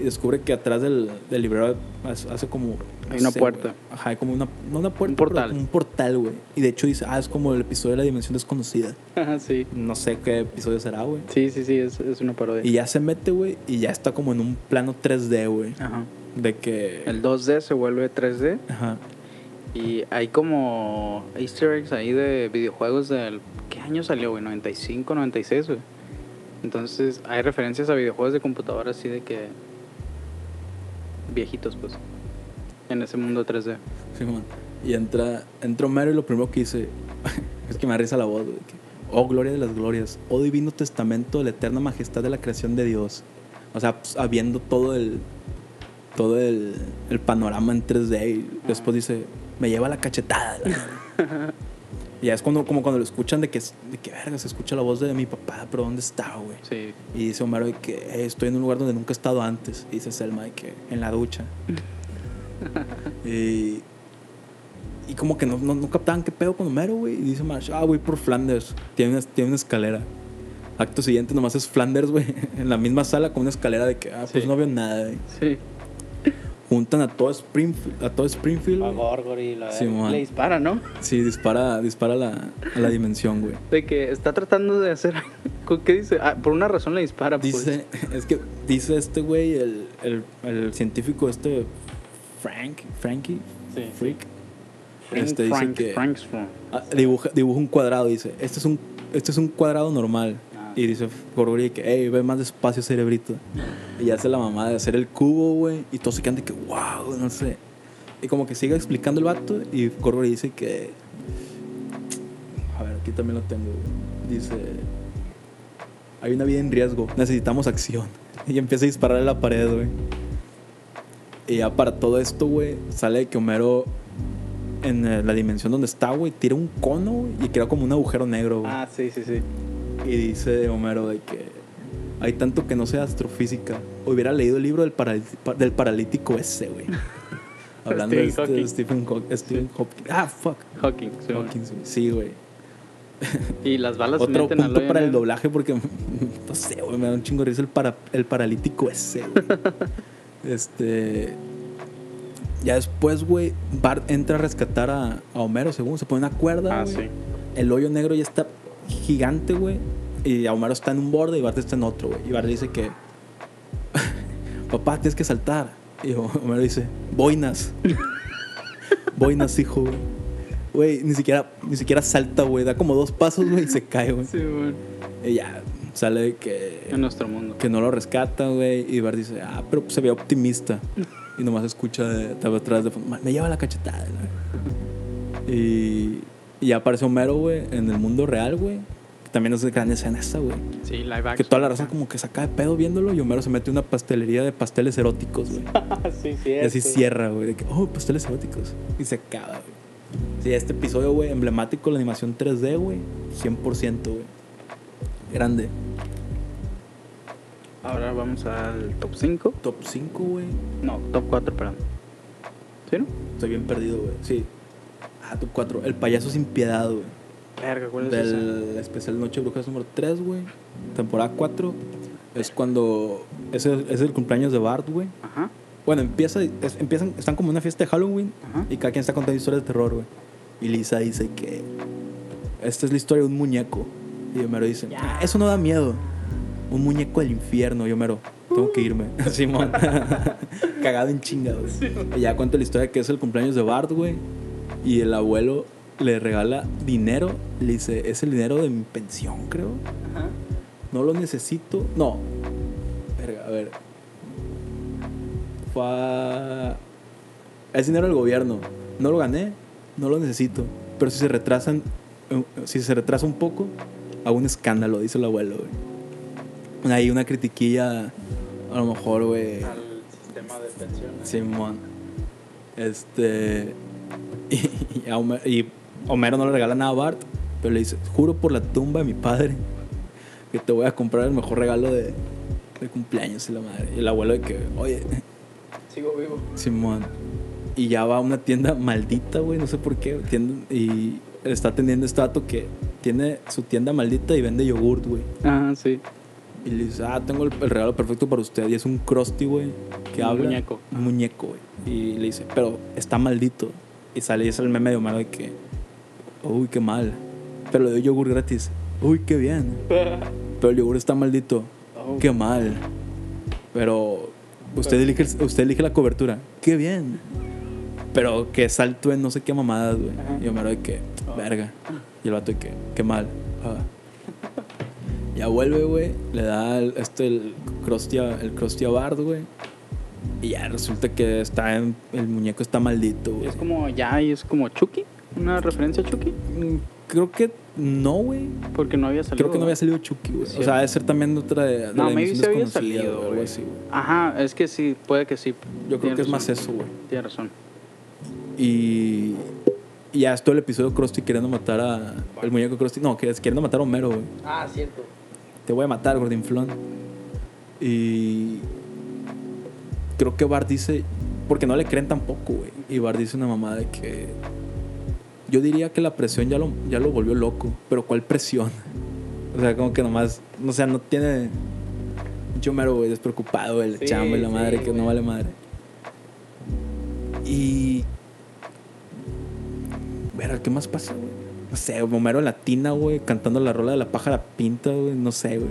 A: Y descubre que atrás del, del librero hace hace como... no
B: Hay una
A: sé,
B: puerta.
A: güey. Ajá, hay como una, no una puerta,
B: Un
A: pero
B: portal.
A: como un portal, güey. Y de hecho dice, ah, es como el episodio de la dimensión desconocida.
B: Ajá, [LAUGHS] sí.
A: No sé qué episodio será, güey.
B: Sí, sí, sí, es, es una parodia.
A: Y ya se mete, güey, y ya está como en un plano 3D, güey.
B: Ajá.
A: De que...
B: Ah. El 2D se vuelve 3D
A: Ajá.
B: y hay como easter eggs ahí de videojuegos del... ¿Qué año salió, güey? 95, 96, güey. Entonces hay referencias a videojuegos de computadora así de que... Viejitos, pues. En ese mundo 3D.
A: Simón. Y entra, entra Homero y lo primero que dice, [LAUGHS] es que me da risa la voz, güey, que, oh gloria de las glorias, oh divino testamento de la eterna majestad de la creación de Dios. O sea, pues, habiendo todo el todo el, el panorama en 3D y después dice, me lleva la cachetada. la
B: [LAUGHS]
A: madre". y ya es cuando, como cuando lo escuchan de que, es- de que verga, se escucha la voz de mi papá, pero ¿dónde está, güey?
B: Sí.
A: Y dice Homero de que "Eh, estoy en un lugar donde nunca he estado antes. Y dice Selma de que en la ducha. y, y como que no, no, no captaban qué pedo con Homero, güey. Y dice Marsh, ah, voy por Flanders. Tiene una, tiene una escalera. Acto siguiente nomás es Flanders, güey. [LAUGHS] En la misma sala con una escalera de que, ah, pues
B: Sí.
A: no veo nada, güey.
B: Sí.
A: Juntan a todo Springfield. A todo Springfield
C: A
A: güey.
C: Gorgory, la
A: Simón.
B: Le dispara, ¿no?
A: Sí, dispara, dispara a la, a la dimensión, güey.
B: De que está tratando de hacer... [LAUGHS] ¿Qué dice? Ah, por una razón le dispara, pues.
A: Dice, [LAUGHS] es que dice este güey, el, el, el científico este, Frank, Frankie,
C: Sí.
A: Freak,
B: Frank,
A: este dice
B: Frank,
A: que-
B: Frank, Frank.
A: ah, dibuja, dibuja un cuadrado, dice, este es un, este es un cuadrado normal.
B: Ah.
A: Y dice Gorgory que, hey, ve más despacio, cerebrito. Y hace la mamada de hacer el cubo, güey, y todos se quedan de que, wow, no sé. Y como que sigue explicando el vato, y Gorgory dice que, a ver, aquí también lo tengo, güey. dice... Hay una vida en riesgo. Necesitamos acción. Y empieza a disparar a la pared, güey. Y ya para todo esto, güey, sale que Homero, en eh, la dimensión donde está, güey, tira un cono güey, y crea como un agujero negro, güey.
B: Ah, sí, sí, sí.
A: Y dice Homero de que hay tanto que no sea astrofísica. Hubiera leído el libro del, paral- pa- del paralítico ese,
B: [LAUGHS]
A: güey. Hablando de este-
B: Stephen
A: de Stephen, Haw- Stephen Hopkins. Ah, fuck.
B: Hawking, sí.
A: Hawkins, güey. Sí, güey.
B: Y las balas se
A: Otro
B: meten al
A: punto
B: hoyo,
A: para el
B: ¿no?
A: doblaje porque [LAUGHS] no sé, güey, me da un chingo de risa el, para, el paralítico ese,
B: [LAUGHS]
A: güey. Este. Ya después, güey, Bart entra a rescatar a, a Homero, según se pone una cuerda.
B: Ah,
A: güey.
B: sí.
A: El hoyo negro ya está gigante, güey. Y a Homero está en un borde y Bart está en otro, güey. Y Bart le dice que. [LAUGHS] Papá, tienes que saltar. Y Homero dice, boinas. [LAUGHS] boinas, hijo, güey. Güey, ni siquiera, ni siquiera salta, güey. Da como dos pasos, güey, y se cae, güey.
B: Sí, güey.
A: Y ya sale de que,
B: En nuestro mundo.
A: que no lo rescata, güey. Y Bart dice, ah, pero se ve optimista. Y nomás escucha de, de atrás de fondo, me lleva la cachetada. ¿no? Y, y ya aparece Homero, güey, en el mundo real, güey. También es gran escena esa, güey.
B: Sí, live action.
A: Que toda la raza como que saca de pedo viéndolo y Homero se mete a una pastelería de pasteles eróticos, güey.
C: sí,
B: [LAUGHS]
A: Y así cierra, güey. De que, oh, pasteles eróticos. Y se acaba, güey. Sí, este episodio, güey, emblemático, la animación 3D, güey. 100%, güey. Grande.
B: Ahora vamos al top 5.
A: Top 5, güey.
B: No, top 4, perdón. ¿Sí, no?
A: Estoy bien perdido, güey. Sí. Ah, top 4. El payaso sin piedad, güey.
B: Verga, ¿cuál es ese?
A: Del especial Noche de Brujas número 3, güey. Temporada 4. Es cuando. Es el, es el cumpleaños de Bart, güey.
B: Ajá,
A: Bueno, empieza, es- empiezan, están como en una fiesta de Halloween.
B: ajá.
A: Y cada quien está contando historias de terror, güey. Y Lisa dice que esta es la historia de un muñeco. Y Homero dice, "Ah, eso no da miedo. Un muñeco del infierno. Y Homero, tengo que irme. [LAUGHS] Simón. Cagado en chinga, güey. Y ya cuenta la historia que es el cumpleaños de Bart, güey. Y el abuelo le regala dinero. Le dice, es el dinero de mi pensión, creo.
B: Ajá.
A: No lo necesito. No. Verga, a ver. Fue a- Es dinero del gobierno. No lo gané. No lo necesito. Pero si se retrasan. eh, Si se retrasa un poco, hago un escándalo, dice el abuelo, güey. Ahí una critiquilla. A lo mejor, güey.
B: Al sistema de pensiones.
A: Simón. Este. [LAUGHS] Y, y a Homer- y Homero no le regala nada a Bart, pero le dice: Juro por la tumba de mi padre que te voy a comprar el mejor regalo de, de cumpleaños y la madre. Y el abuelo de que, oye, [LAUGHS]
B: Sigo vivo.
A: Simón. Y ya va a una tienda maldita, güey, no sé por qué. tienda- y está atendiendo este dato que tiene su tienda maldita y vende yogurt, güey.
B: Ah, sí.
A: Y le dice, ah, tengo el, el regalo perfecto para usted. Y es un Krusty, güey, que
B: Un
A: habla.
B: muñeco.
A: Un muñeco, güey. Y le dice, pero está maldito. Y sale y es el meme de Homero de que, uy, qué mal. Pero le doy yogur gratis. Uy, qué
B: [LAUGHS]
A: bien. Pero el yogur está maldito.
B: Oh.
A: Qué mal. Pero usted elige, el- usted elige la cobertura. Qué bien. Pero que salto en no sé qué mamadas, güey.
B: Ajá.
A: Y Homero de que, verga. Y el vato de que, qué mal. Ah. Ya vuelve, güey. Le da el, este, el Krusty a, el Krusty a Bart, güey. Y ya resulta que está en- el muñeco está maldito, güey.
B: Es como, ya, y es como Chucky. Una referencia a Chucky.
A: Mm, Creo que no, güey.
B: Porque no había salido.
A: Creo que no había salido Chucky, güey.
B: Es
A: O
B: cierto.
A: sea, debe ser también otra de, de
B: No,
A: la
B: maybe
A: Dimensión
B: se había
A: Desconocida,
B: salido,
A: o algo
B: güey.
A: así, güey.
B: Ajá, es que sí, puede que sí.
A: Yo creo
B: Tienes
A: que es más
B: razón,
A: eso, güey.
B: Tienes razón.
A: Y, y ya es todo el episodio Krusty queriendo matar a. El muñeco Krusty. No, que es queriendo matar a Homero, güey.
B: Ah, cierto.
A: Te voy a matar, Gordinflón. Y. Creo que Bart dice. Porque no le creen tampoco, güey. Y Bart dice una mamada de que. Yo diría que la presión ya lo, ya lo volvió loco. Pero ¿cuál presión? O sea, como que nomás. O sea, no tiene. Mucho mero, güey, despreocupado, el
B: Sí,
A: chamba y la
B: sí,
A: madre, que no
B: güey.
A: vale madre. Y. Verga, ¿qué más pasa, güey? No sé, Homero en la tina, güey, cantando la rola de la pájara pinta, güey, no sé, güey.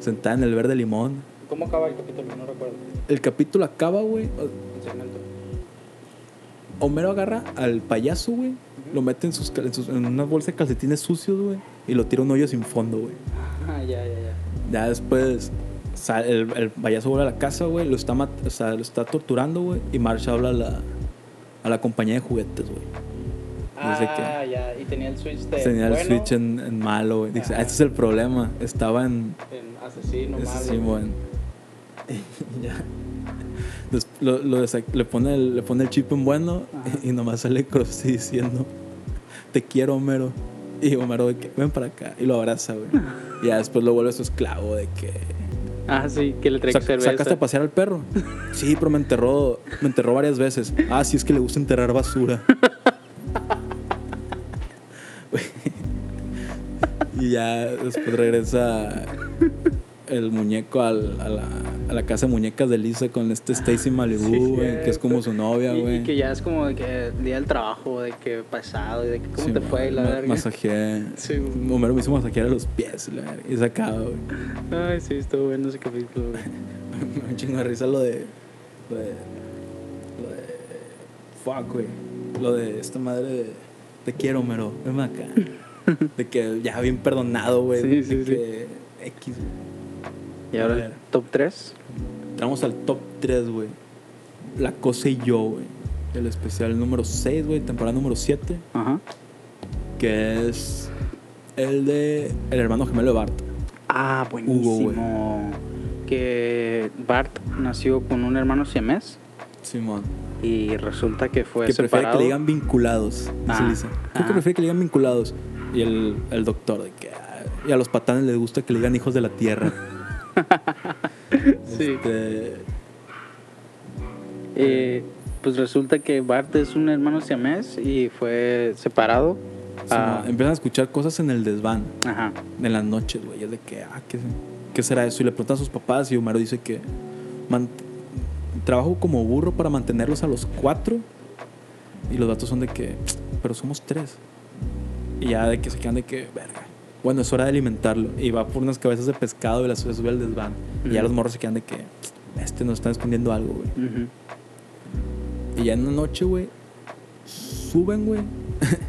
A: Sentada en el verde limón.
B: ¿Cómo acaba el capítulo? No recuerdo.
A: El capítulo acaba, güey.
B: El segmento.
A: Homero agarra al payaso, güey. Lo mete en, sus, cal- en, sus- en una bolsa de calcetines sucios, güey. Y lo tira a un hoyo sin fondo, güey.
B: Ah, ya, ya, ya.
A: Ya después sale- el, el payaso vuelve a la casa, güey. Lo, está mat- o sea, lo está torturando, güey. Y Marsh habla a la, a la compañía de juguetes, güey. Dice
B: ah, ya. Y tenía el switch de.
A: Tenía el
B: bueno,
A: switch en, en malo, güey. Dice, ah,
B: Ajá.
A: este es el problema. Estaba en,
B: en asesino,
A: Ese
B: malo.
A: sí, bueno. [LAUGHS] Ya. Des- lo- lo desa- le, pone el, le pone el chip en bueno
B: Ajá.
A: y nomás sale Krusty diciendo, te quiero Homero. Y Homero de que, ven para acá. Y lo abraza, güey. Y ya después lo vuelve su esclavo de que...
B: Ah, sí, que le traigo
A: "Sac-
B: cerveza.
A: ¿Sacaste a pasear al perro? Sí, pero me enterró, me enterró varias veces. Ah, sí, es que le gusta enterrar basura. Güey. y ya después regresa el muñeco al- a, la, a la casa de muñecas de Lisa con este Stacy Malibu,
B: Sí,
A: güey, que es
B: cierto.
A: como su novia,
B: Y-
A: güey.
B: Y que ya es como de que el día del trabajo, de que pasado, y de que cómo
A: Sí,
B: te fue y la
A: ma-
B: verga.
A: Masajeé.
B: Sí.
A: Homero me hizo masajear a los pies, la verga. Y sacaba, güey.
B: Ay, sí, estuvo bueno ese capítulo.
A: [LAUGHS]
B: güey.
A: Me da un chingo de risa lo de. Lo de. Lo de. Fuck, güey. Lo de esta madre de. Te quiero, Homero. Ven
B: [LAUGHS]
A: acá. De que ya bien perdonado, güey.
B: Sí,
A: de
B: sí, sí.
A: que X, güey.
B: Y
A: A
B: ahora
A: ver.
B: el top 3.
A: Entramos al top 3, güey. La cosa y yo, güey. El especial número 6, güey. Temporada número 7.
B: Ajá.
A: Que es. El de. El hermano gemelo de Bart.
B: Ah, buenísimo. que Bart nació con un hermano siamés
A: Simón.
B: y resulta que fue
A: que prefiere
B: separado.
A: que le digan vinculados, dice
B: Ah,
A: Lisa. Creo que
B: ah.
A: prefiere que le digan vinculados. Y el, el doctor, de que. "Ah, Y a los patanes les gusta que le digan hijos de la tierra.
B: [LAUGHS] Sí.
A: Este,
B: Eh, pues resulta que Bart es un hermano siamés y fue separado. Ah.
A: sí, empiezan a escuchar cosas en el desván,
B: Ajá.
A: en las noches, güey. Y Es de que, ah, ¿qué, qué será eso? Y le preguntan a sus papás y Homero dice que. "Man- trabajo como burro para mantenerlos a los cuatro. Y los datos son de que. Pero somos tres. Y ya de que se quedan de que, verga. Bueno, es hora de alimentarlo. Y va por unas cabezas de pescado y las sube al desván. Y ya
B: Ujú.
A: los morros se quedan de que, este nos está escondiendo algo, güey.
B: Ujú.
A: Y ya en la noche, güey, suben, güey. [LAUGHS]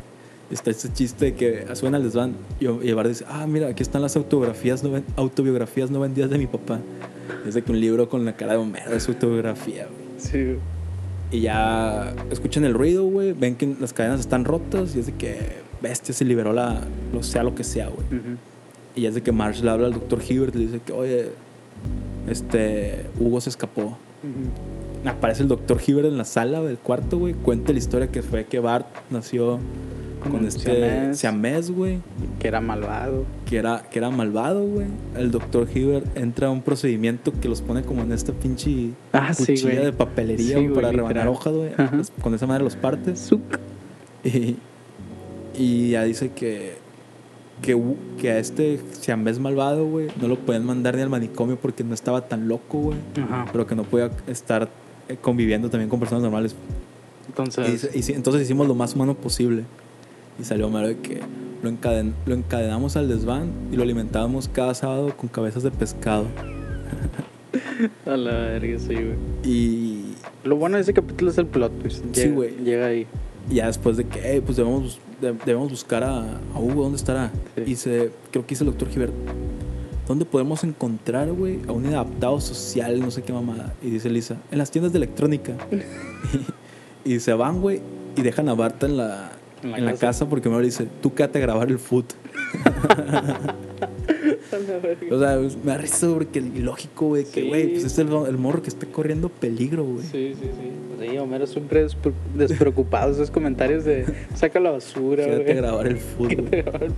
A: Está ese chiste de que suben al desván. Y y Bart dice, ah, mira, aquí están las autobiografías no, ven- autobiografías no vendidas de mi papá. Es de que un libro con la cara de Homero es su autobiografía, güey.
B: Sí.
A: Y ya escuchan el ruido, güey. Ven que las cadenas están rotas. Y es de que bestia se liberó la. Lo sea lo que sea, güey.
B: Ujú.
A: Y ya es de que Marsh le habla al doctor Hibbert. Y le dice que, oye, este. Hugo se escapó. Aparece el doctor Hibbert en la sala del cuarto, güey. Cuenta la historia que fue que Bart nació
B: Con
A: con
B: un
A: este.
B: Mm, siamés.
A: Siamés, güey.
B: Que era malvado.
A: Que era, que era malvado, güey. El doctor Hibbert entra a un procedimiento que los pone como en esta pinche
B: Ah, sí,
A: cuchilla
B: güey.
A: de papelería
B: Sí,
A: güey,
B: güey,
A: para
B: literal.
A: rebanar hojas, güey.
B: Ajá.
A: Los- Con esa madre los partes.
B: Zuc.
A: Y, y ya dice que que, hu- que a este siamés malvado, güey, no lo pueden mandar ni al manicomio porque no estaba tan loco, güey.
B: Ajá.
A: Pero que no podía estar eh, conviviendo también con personas normales. Y
B: Entonces,
A: hice- hice- entonces hicimos lo más humano posible. Y salió malo de que lo, encaden- lo encadenamos al desván y lo alimentábamos cada sábado con cabezas de pescado.
B: a la verga, sí, güey.
A: Y
B: Lo bueno de ese capítulo es el plot twist.
A: Sí,
B: Llega-
A: güey.
B: Llega ahí.
A: y ya después de que, "Ey, pues debemos, bus- de- debemos buscar a, a Hugo, ¿dónde estará?
B: Sí.
A: Y se, creo que dice el doctor Gilbert, ¿dónde podemos encontrar, güey, a un adaptado social, no sé qué mamada? Y dice Lisa, en las tiendas de electrónica. [LAUGHS] y, se van, güey, y dejan a Barta en la, en la, casa. porque me dice, tú quédate a grabar el foot. O sea, pues, me da risa porque el ilógico, güey, que,
B: Sí.
A: güey, pues es el, el morro que está corriendo peligro, güey.
B: Sí, sí, sí. Sí, Homero siempre despre- despreocupado. Esos comentarios de saca la basura,
A: Quédate a
B: güey.
A: grabar el foot, güey.
B: Te grabo el-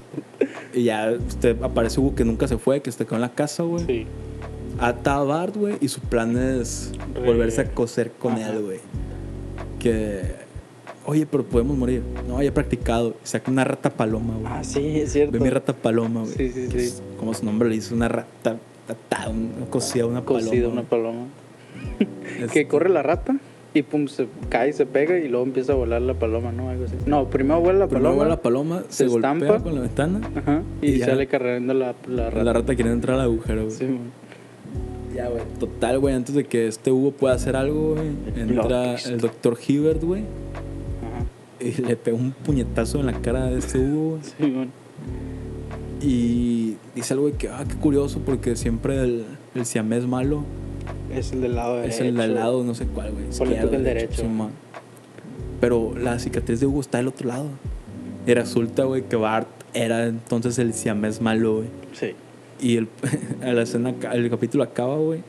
A: Y ya este, aparece Hugo que nunca se fue, que se quedó en la casa, güey.
B: [LAUGHS] Sí.
A: Ata a Bart, güey, y su plan es
B: Re-
A: volverse a coser con
B: Ajá.
A: él, güey. Que, oye, pero podemos morir. No, ya he practicado. Y Saca una rata paloma, güey.
B: Ah, sí, es cierto.
A: Ve mi rata paloma, güey.
B: Sí, sí,
A: Que
B: sí.
A: es Como su nombre le dice, una rata, atada, un- cosida, una
B: Cocida
A: paloma.
B: una paloma.
A: güey. Es-
B: Que corre la rata y pum, se cae, se pega y luego empieza a volar la paloma, ¿no? Algo así. No, primero vuela la
A: Primero
B: paloma.
A: va la paloma, se,
B: se
A: golpea
B: estampa.
A: con la ventana.
B: Ajá. Y,
A: y ya.
B: sale cargando la, la rata.
A: La rata quiere entrar al agujero, güey.
B: Sí, man.
A: Ya, güey. Total, güey, antes de que este Hugo pueda hacer algo,
B: [LAUGHS]
A: güey,
B: El plot
A: entra
B: twist.
A: el doctor Hibbert, güey,
B: Ajá.
A: y le pega un puñetazo en la cara de este Hugo, güey.
B: Sí, man.
A: Y dice algo de que, ah, qué curioso, porque siempre el, el siamés malo
B: Es el del lado derecho.
A: es el de al lado, no sé cuál, güey.
B: Ponle tú
A: izquierdo,
B: que el derecho.
A: Simón. Pero la cicatriz de Hugo está del otro lado. Y resulta, güey, que Bart era entonces el siamés malo, güey.
B: Sí.
A: Y el, [LAUGHS] la escena, ca- el capítulo acaba, güey.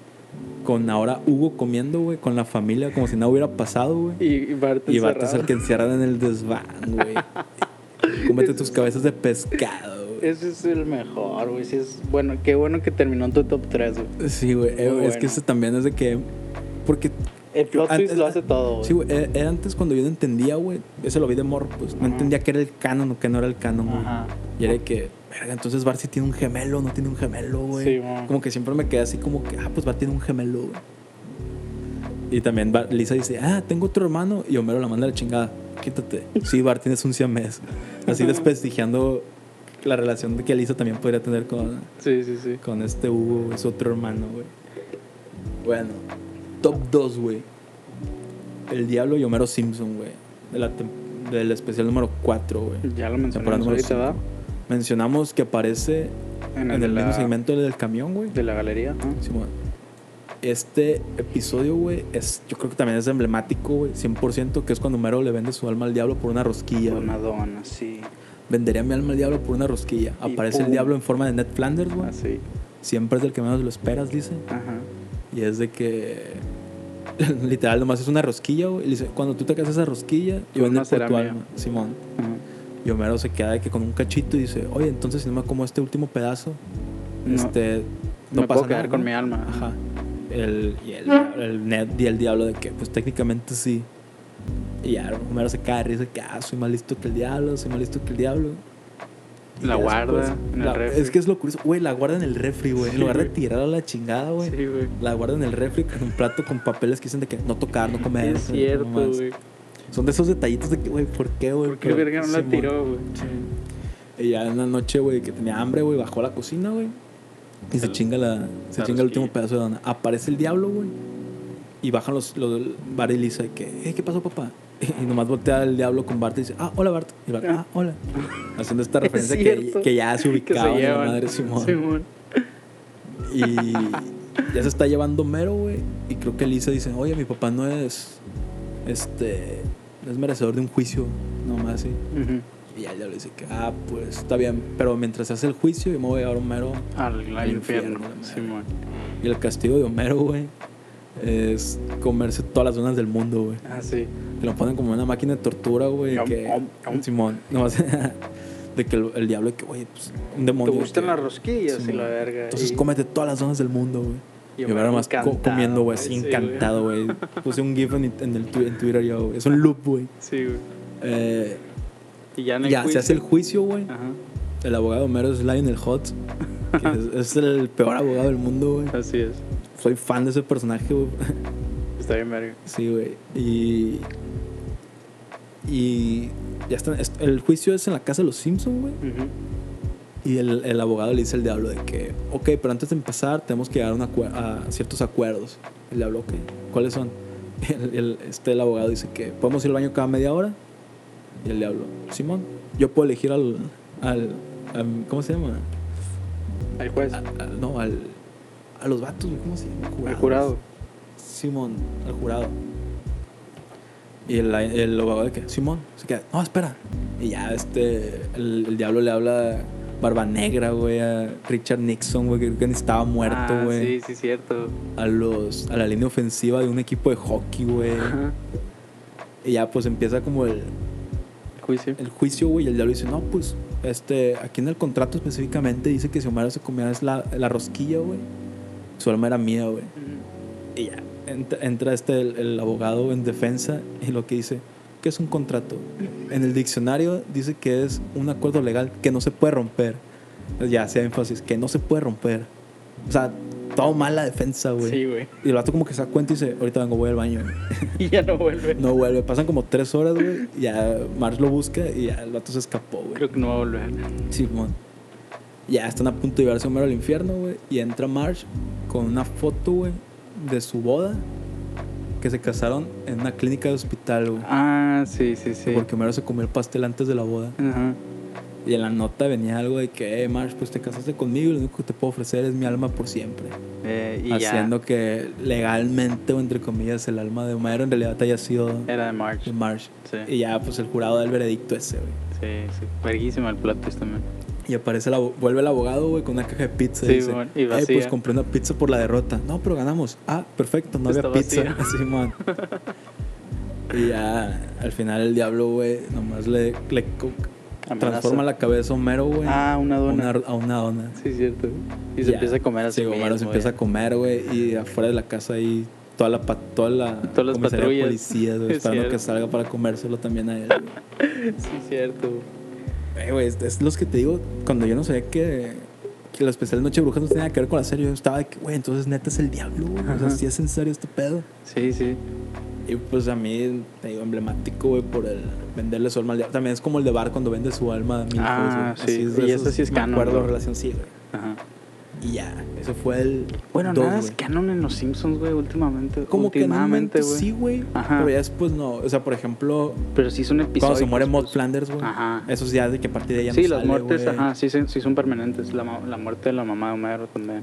A: Con ahora Hugo comiendo, güey, con la familia, como si nada hubiera pasado, güey.
B: Y, y Bart
A: Y Bart es
B: encerrado.
A: el que encierran en el desván, güey. Cómete tus cabezas de pescado, güey.
B: Ese es el mejor, güey. Sí es bueno, qué bueno que terminó en tu top 3, güey.
A: Sí, güey. eh,
B: Muy
A: Es
B: bueno.
A: que eso también es de que. Porque.
B: El plot twist
A: antes-
B: lo hace todo, güey.
A: Sí, güey. eh, eh, antes cuando yo no entendía, güey. Eso lo vi de morro, pues. No
B: Ajá.
A: entendía que era el canon o que no era el canon, güey.
B: Ajá.
A: Y era de que. Verga, entonces Bart sí tiene un gemelo, no tiene un gemelo, güey.
B: Sí, mo.
A: Como que siempre me quedé así como que, ah, pues Bart tiene un gemelo, güey. Y también Bart- Lisa dice, ah, tengo otro hermano. Y Homero la manda a la chingada. Quítate. Sí, Bart tienes un siamés. Así desprestigiando la relación de que Lisa también podría tener con,
B: Sí, sí, sí.
A: con este Hugo, es otro hermano, güey. Bueno, top 2, güey. El Diablo y Homero Simpson, güey. De la tem- del especial número 4, güey.
B: Ya lo
A: Temporada
B: mencionamos
A: número
B: ahorita, ¿verdad?
A: Mencionamos que aparece en,
B: de
A: el
B: la-
A: mismo segmento del camión, güey.
B: de la galería. ajá.
A: Simón. Este episodio, güey, es, yo creo que también es emblemático, güey, 100%, que es cuando Homero le vende su alma al diablo por una rosquilla. güey.
B: Una dona, sí.
A: Vendería mi alma al diablo por una rosquilla.
B: Y
A: Aparece el
B: pum.
A: diablo en forma de Ned Flanders, güey.
B: Así.
A: Siempre es del que menos lo esperas, dice.
B: Ajá.
A: Y es de que. [LAUGHS] Literal, nomás es una rosquilla, güey. Y le dice, cuando tú te casas esa rosquilla,
B: Tu
A: yo vendo
B: alma
A: por
B: será
A: tu
B: mía.
A: alma, Simón.
B: ajá.
A: Y Homero se queda de que con un cachito y dice, oye, entonces si no me como este último pedazo,
B: No.
A: este, no
B: Me
A: pasa
B: puedo quedar
A: nada,
B: con
A: ¿no?"
B: mi alma.
A: Ajá. El, y, el, el Ned y el diablo de que, pues técnicamente sí. Y ya, Homero se cae y dice que, ah, soy más listo que el diablo, soy más listo que el diablo. Y
B: La
A: ya
B: guarda en el
A: la-
B: refri.
A: Es que es lo curioso. Güey, la guarda en el refri, güey.
B: Sí,
A: en lugar de
B: güey.
A: tirar a la chingada, güey.
B: Sí, güey.
A: La guarda en el refri con un plato con papeles que dicen de que no tocar, no comer.
B: Es
A: no
B: cierto,
A: nomás.
B: güey.
A: Son de esos detallitos de que, güey, ¿por qué, güey?
B: ¿Por qué
A: Pero,
B: verga no la
A: Simón.
B: tiró, güey?
A: Y ya en la noche, güey, que tenía hambre, güey, bajó a la cocina, güey. Y se
C: El-
A: chinga la. Se
C: la
A: chinga el último
C: rosquilla.
A: pedazo de dona. Aparece el diablo, güey. Y bajan los, los Bart y Lisa de que, "Eh, ¿qué pasó, papá? [LAUGHS] Y nomás voltea el diablo con Bart y dice, ah, hola Bart. Y Bart, ah, hola. Haciendo [LAUGHS]
B: [LAUGHS]
A: esta referencia que,
B: cierto.
A: que ya se
B: Que
A: ubicaba
B: se
A: en la
B: llevan.
A: madre Simón.
B: Simón.
A: Y ya se está llevando mero, güey. Y creo que Lisa dice, oye, mi papá no es. Este. No es merecedor de un juicio. Nomás así.
B: Ujú.
A: Y ya el diablo dice que, ah, pues está bien, pero mientras se hace el juicio, yo me voy a llevar a Homero.
B: Al al
A: El
B: infierno.
A: infierno, la madre.
B: Simón.
A: Y el castigo de Homero, güey, es comerse todas las donas del mundo, güey.
B: Ah, sí.
A: Te lo ponen como una máquina de tortura, güey.
B: Yum,
A: Que,
B: yum, yum.
A: Simón, no [LAUGHS] más. de que el, el diablo, que, güey, pues, un
B: Te
A: demonio.
B: gustan
A: que-
B: las rosquillas y
A: Simón.
B: la verga.
A: Entonces
B: y-
A: cómete todas las donas del mundo, güey.
B: y
A: Y Homero más co-
B: encantado,
A: comiendo, güey, así
B: sí,
A: encantado,
B: [LAUGHS]
A: güey. Puse un GIF en, en el twi- en Twitter yo, güey. Es un loop, güey.
B: Sí, güey.
A: Eh,
B: Y ya en el
A: ya, se
B: juicio-
A: hace el juicio, güey.
B: Ajá.
A: El abogado Homero es Lionel Hot. que es, es el peor abogado del mundo, güey.
B: Así es.
A: Soy fan de ese personaje, güey. [LAUGHS]
B: Está bien, verga.
A: Sí, güey. Y. Y. Ya está. es- El juicio es en la casa de los Simpson, güey.
B: Ujú.
A: Y el, el abogado le dice al diablo de que, ok, pero antes de empezar tenemos que llegar a, un acue- a ciertos acuerdos. El diablo, ok, ¿cuáles son? [LAUGHS] El, el- este, el abogado dice que podemos ir al baño cada media hora. Y el diablo, Simón, yo puedo elegir al, al, al- ¿cómo se llama?
B: Al juez,
A: A- a- no, al, a los vatos, güey, ¿cómo se llama?
B: al jurado.
A: Simón, al jurado. Y el, el abogado de que, Simón, se queda, no, espera. Y ya este, el, el diablo le habla barba negra, güey, a Richard Nixon, güey, que, que estaba muerto,
B: Ah,
A: güey.
B: Sí, sí, cierto.
A: A los, a la línea ofensiva de un equipo de hockey, güey.
B: Ajá.
A: Y ya pues empieza como el,
B: Juicio.
A: el juicio, güey, y el diablo dice, no, pues, este, aquí en el contrato específicamente dice que si Homero se comía es la, la rosquilla, güey, su alma era mía, güey. Y ya, ent- entra este el, el abogado en defensa y lo que dice, ¿qué es un contrato? En el diccionario dice que es un acuerdo legal que no se puede romper. Ya hace énfasis, que no se puede romper. O sea, todo mal la defensa, güey.
B: Sí, güey. [LAUGHS]
A: y el vato como que se da cuenta y dice, ahorita vengo, voy al baño.
B: Y ya no vuelve.
A: No vuelve, pasan como tres horas, güey. y Ya Marge lo busca y ya el vato se escapó, güey.
B: Creo que no va a volver.
A: Simón. Ya están a punto de llevarse a Homero al infierno, güey. Y entra Marge con una foto, güey, de su boda. Que se casaron en una clínica de hospital, güey.
B: Ah, sí, sí, sí.
A: Porque Homero se comió el pastel antes de la boda.
B: Ajá.
A: Y en la nota venía algo de que, eh, Marge, pues te casaste conmigo y lo único que te puedo ofrecer es mi alma por siempre.
B: Eh, y
A: Haciendo que legalmente, o entre comillas, el alma de Homero en realidad haya sido
B: ya. Era de March.
A: de Marge.
B: Eh. Sí.
A: Y ya, pues el jurado da el veredicto ese, güey.
B: Sí, sí. Verguísimo el este, plot twist también.
A: Y aparece el abo- vuelve el abogado, güey, con una caja de pizza.
B: Sí,
A: y dice,
B: bueno, y
A: "Eh, pues
B: vacía".
A: compré una pizza por la derrota. No, pero ganamos. Ah, perfecto, no
B: Está
A: había pizza.
B: vacía.
A: [LAUGHS] Sí, man. y ya, al final el diablo, güey, nomás le, le co-
B: Amenaza.
A: transforma la cabeza a Homero, güey.
B: Ah, una
A: a
B: dona.
A: una, a una dona.
B: Sí, cierto. Y se
A: Ya.
B: empieza a comer así.
A: Sí, Homero se empieza a comer, güey, y afuera de la casa ahí toda la, pa- toda la
B: Todas las
A: comisaría de
B: patrullas.
A: policías, güey,
B: [LAUGHS] Es
A: esperando que
B: cierto.
A: salga para comérselo también a él. güey.
B: Sí, cierto.
A: Eh, güey, es, es los que te digo, cuando yo no sabía que, que la especial Noche de Brujas no tenía que ver con la serie, yo estaba de que, güey, entonces neta es el diablo, güey. O sea,
B: Ajá.
A: si es en serio este pedo.
B: Sí, sí.
A: Y pues a mí, te digo, emblemático, güey, por el venderle su alma al diablo. También es como el de Bar cuando vende su alma a mil hijos,
B: Ah,
A: güey.
B: sí.
A: Así de
B: Y
A: esos,
B: eso sí es
A: me
B: canon,
A: acuerdo,
B: ¿no?
A: relación, sí, güey.
B: Ajá.
A: Y ya, eso fue el.
B: Bueno,
A: dos,
B: nada es
A: güey.
B: canon en los Simpsons, güey, últimamente.
A: Como que en un
B: últimamente,
A: momento
B: güey.
A: sí, güey.
B: Ajá.
A: Pero ya después no. O sea, por ejemplo,
B: Pero sí son episodios.
A: cuando se muere Maud
B: pues.
A: Flanders, güey.
B: Ajá.
A: Eso es ya de que a partir de ella
B: Sí,
A: no
B: las
A: sale,
B: muertes,
A: güey.
B: ajá, sí, son- sí son permanentes. La, ma- la muerte de la mamá de Homero también.